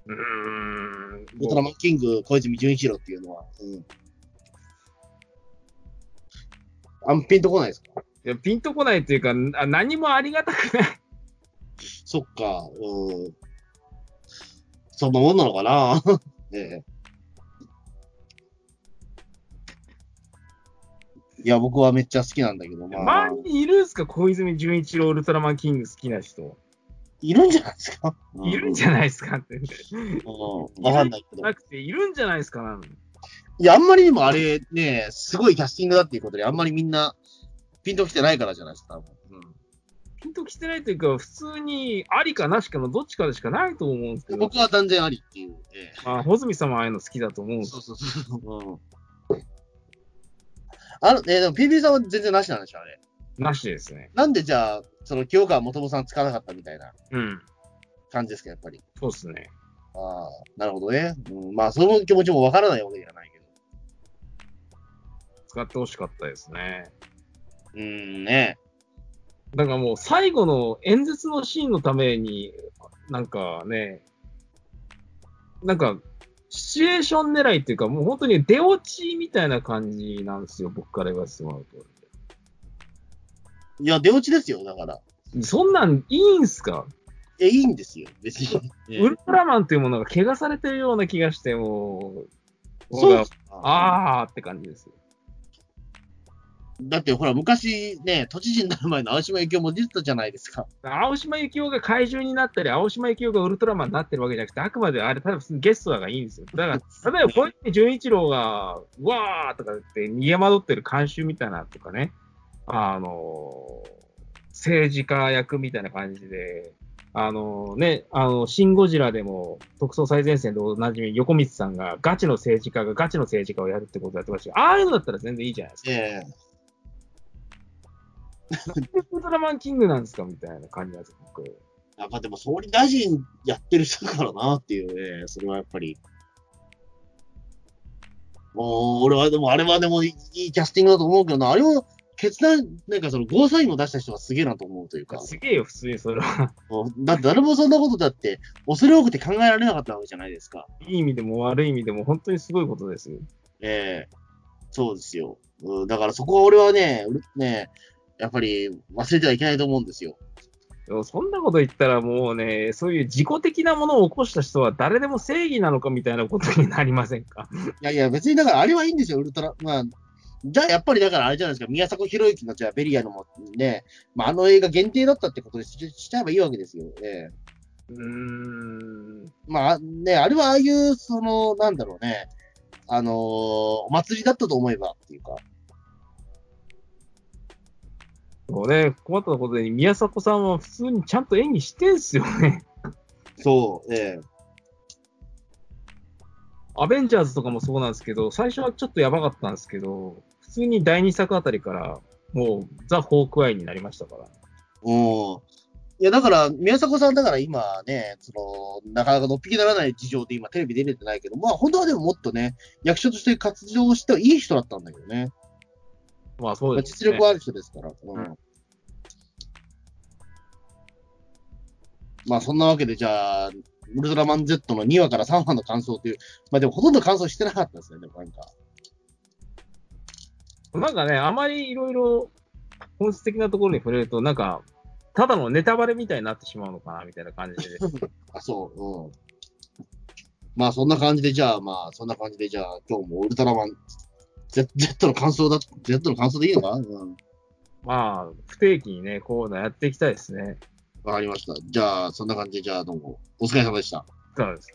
C: ーん。
B: ルトラマンキング、小泉純一郎っていうのは。うん。あん、ピンとこないですか
C: いやピンとこないっていうか、あ何もありがたくない。
B: そっか、うん。そんなもんなのかな ねえ。いや、僕はめっちゃ好きなんだけど、まあ。
C: 周りにいるんすか、小泉純一郎、ウルトラマンキング好きな人。
B: いるんじゃないですか
C: いるんじゃないですかって。
B: うんわかんないけど。
C: なくて、いるんじゃないですかなの。
B: いや、あんまりにもあれね、すごいキャスティングだっていうことで、あんまりみんなピンときてないからじゃないですか、多分。
C: ピンときてないというか、普通にありかなしかのどっちかでしかないと思うんです
B: う
C: け
B: ん、
C: ど、
B: 僕は断然ありっていう、え
C: まあ、穂積さんはああいうの好きだと思う
B: え
C: んです
B: そうそうそう。うん、あの、えーでも PB さんは全然なしなんでしょ、あれ。
C: なしですね。
B: なんでじゃあ、その清川元もさんつかなかったみたいな
C: うん。
B: 感じですか、やっぱり。
C: そうですね。
B: ああ、なるほどね。うん、まあ、その気持ちもわからないわけではないけど。
C: 使ってほしかったですね。
B: うーん、ね。
C: だからもう最後の演説のシーンのために、なんかね、なんか、シチュエーション狙いっていうか、もう本当に出落ちみたいな感じなんですよ、僕から言わせてもらう
B: いや、出落ちですよ、だから。
C: と。そんなんいいんすか、
B: え、いいんですよ、別に。ええ
C: ウルトラマンというものが怪我されてるような気がして、も う、
B: そうですああ。
C: あーって感じですよ。
B: だって、ほら、昔ね、都知事になる前の青島幸雄も出てたじゃないですか。
C: 青島幸男が怪獣になったり、青島幸男がウルトラマンになってるわけじゃなくて、あくまであれ、ただ普通にゲストだからいいんですよ。だから、例えば小泉純一郎が、うわーとか言って逃げ惑ってる慣習みたいなのとかね、あの政治家役みたいな感じで、あのね、あの、シン・ゴジラでも、特捜最前線でおなじみ、横光さんが、ガチの政治家がガチの政治家をやるってことやってましたけどああいうのだったら全然いいじゃないです か。
B: ええ
C: ウルトラマンキングなんですかみたいな感じなんですよ、僕。
B: やっぱでも、総理大臣やってる人だからなっていうね、ええそれはやっぱり。もう、俺はでも、あれはでもいいいいキャスティングだと思うけどな、あれを決断、なんかその、ゴーサインを出した人はすげえなと思うというか。
C: すげえよ、普通にそれは。
B: もうだって誰もそんなことだって、恐れ多くて考えられなかったわけじゃないですか。
C: いい意味でも悪い意味でも本当にすごいことですよ。
B: ええそうですよ。うんだからそこは俺はね、うるね、やっぱり忘れてはいけないと思うんですよ。
C: でもそんなこと言ったらもうね、そういう自己的なものを起こした人は誰でも正義なのかみたいなことになりませんか。
B: いやいや、別にだからあれはいいんですよ、ウルトラ。まあ、じゃあやっぱりだからあれじゃないですか、宮迫博之のじゃあベリアのもね、まあ、あの映画限定だったってことにししちゃえばいいわけですよ。ええ
C: うーん。
B: まあね、あれはああいう、その、なんだろうね、あのーお祭りだったと思えばっていうか、
C: そうね、困ったことに宮迫さんは普通にちゃんと演技してんすよね。
B: そう、ええ
C: アベンジャーズとかもそうなんですけど、最初はちょっとやばかったんですけど、普通に第2作あたりからもうザ・ホークアイになりましたから。
B: うん。いや、だから、宮迫さん、だから今ね、その、なかなかのっぴきならない事情で今テレビ出れてないけど、まあ、本当はでももっとね、役所として活動していい人だったんだけどね。
C: まあそう
B: まあ
C: です
B: 実
C: ね。
B: 力はある人ですから。うん。
C: うん
B: まあ、そんなわけで、じゃあ、ウルトラマン Z の2話から3話の感想という、まあでもほとんど感想してなかったですね、でもなんか。
C: なんかね、あまりいろいろ本質的なところに触れると、なんか、ただのネタバレみたいになってしまうのかな、みたいな感じで。
B: あ、そう、うん。まあそんな感じで、じゃあ、まあそんな感じで、じゃあ、今日もウルトラマン Z, Z の感想だ、Z の感想でいいのかなうん。
C: まあ、不定期にね、こういうのやっていきたいですね。
B: わかりました。じゃあ、そんな感じで、じゃあ、どうも、お疲れ様でした。
C: そうです。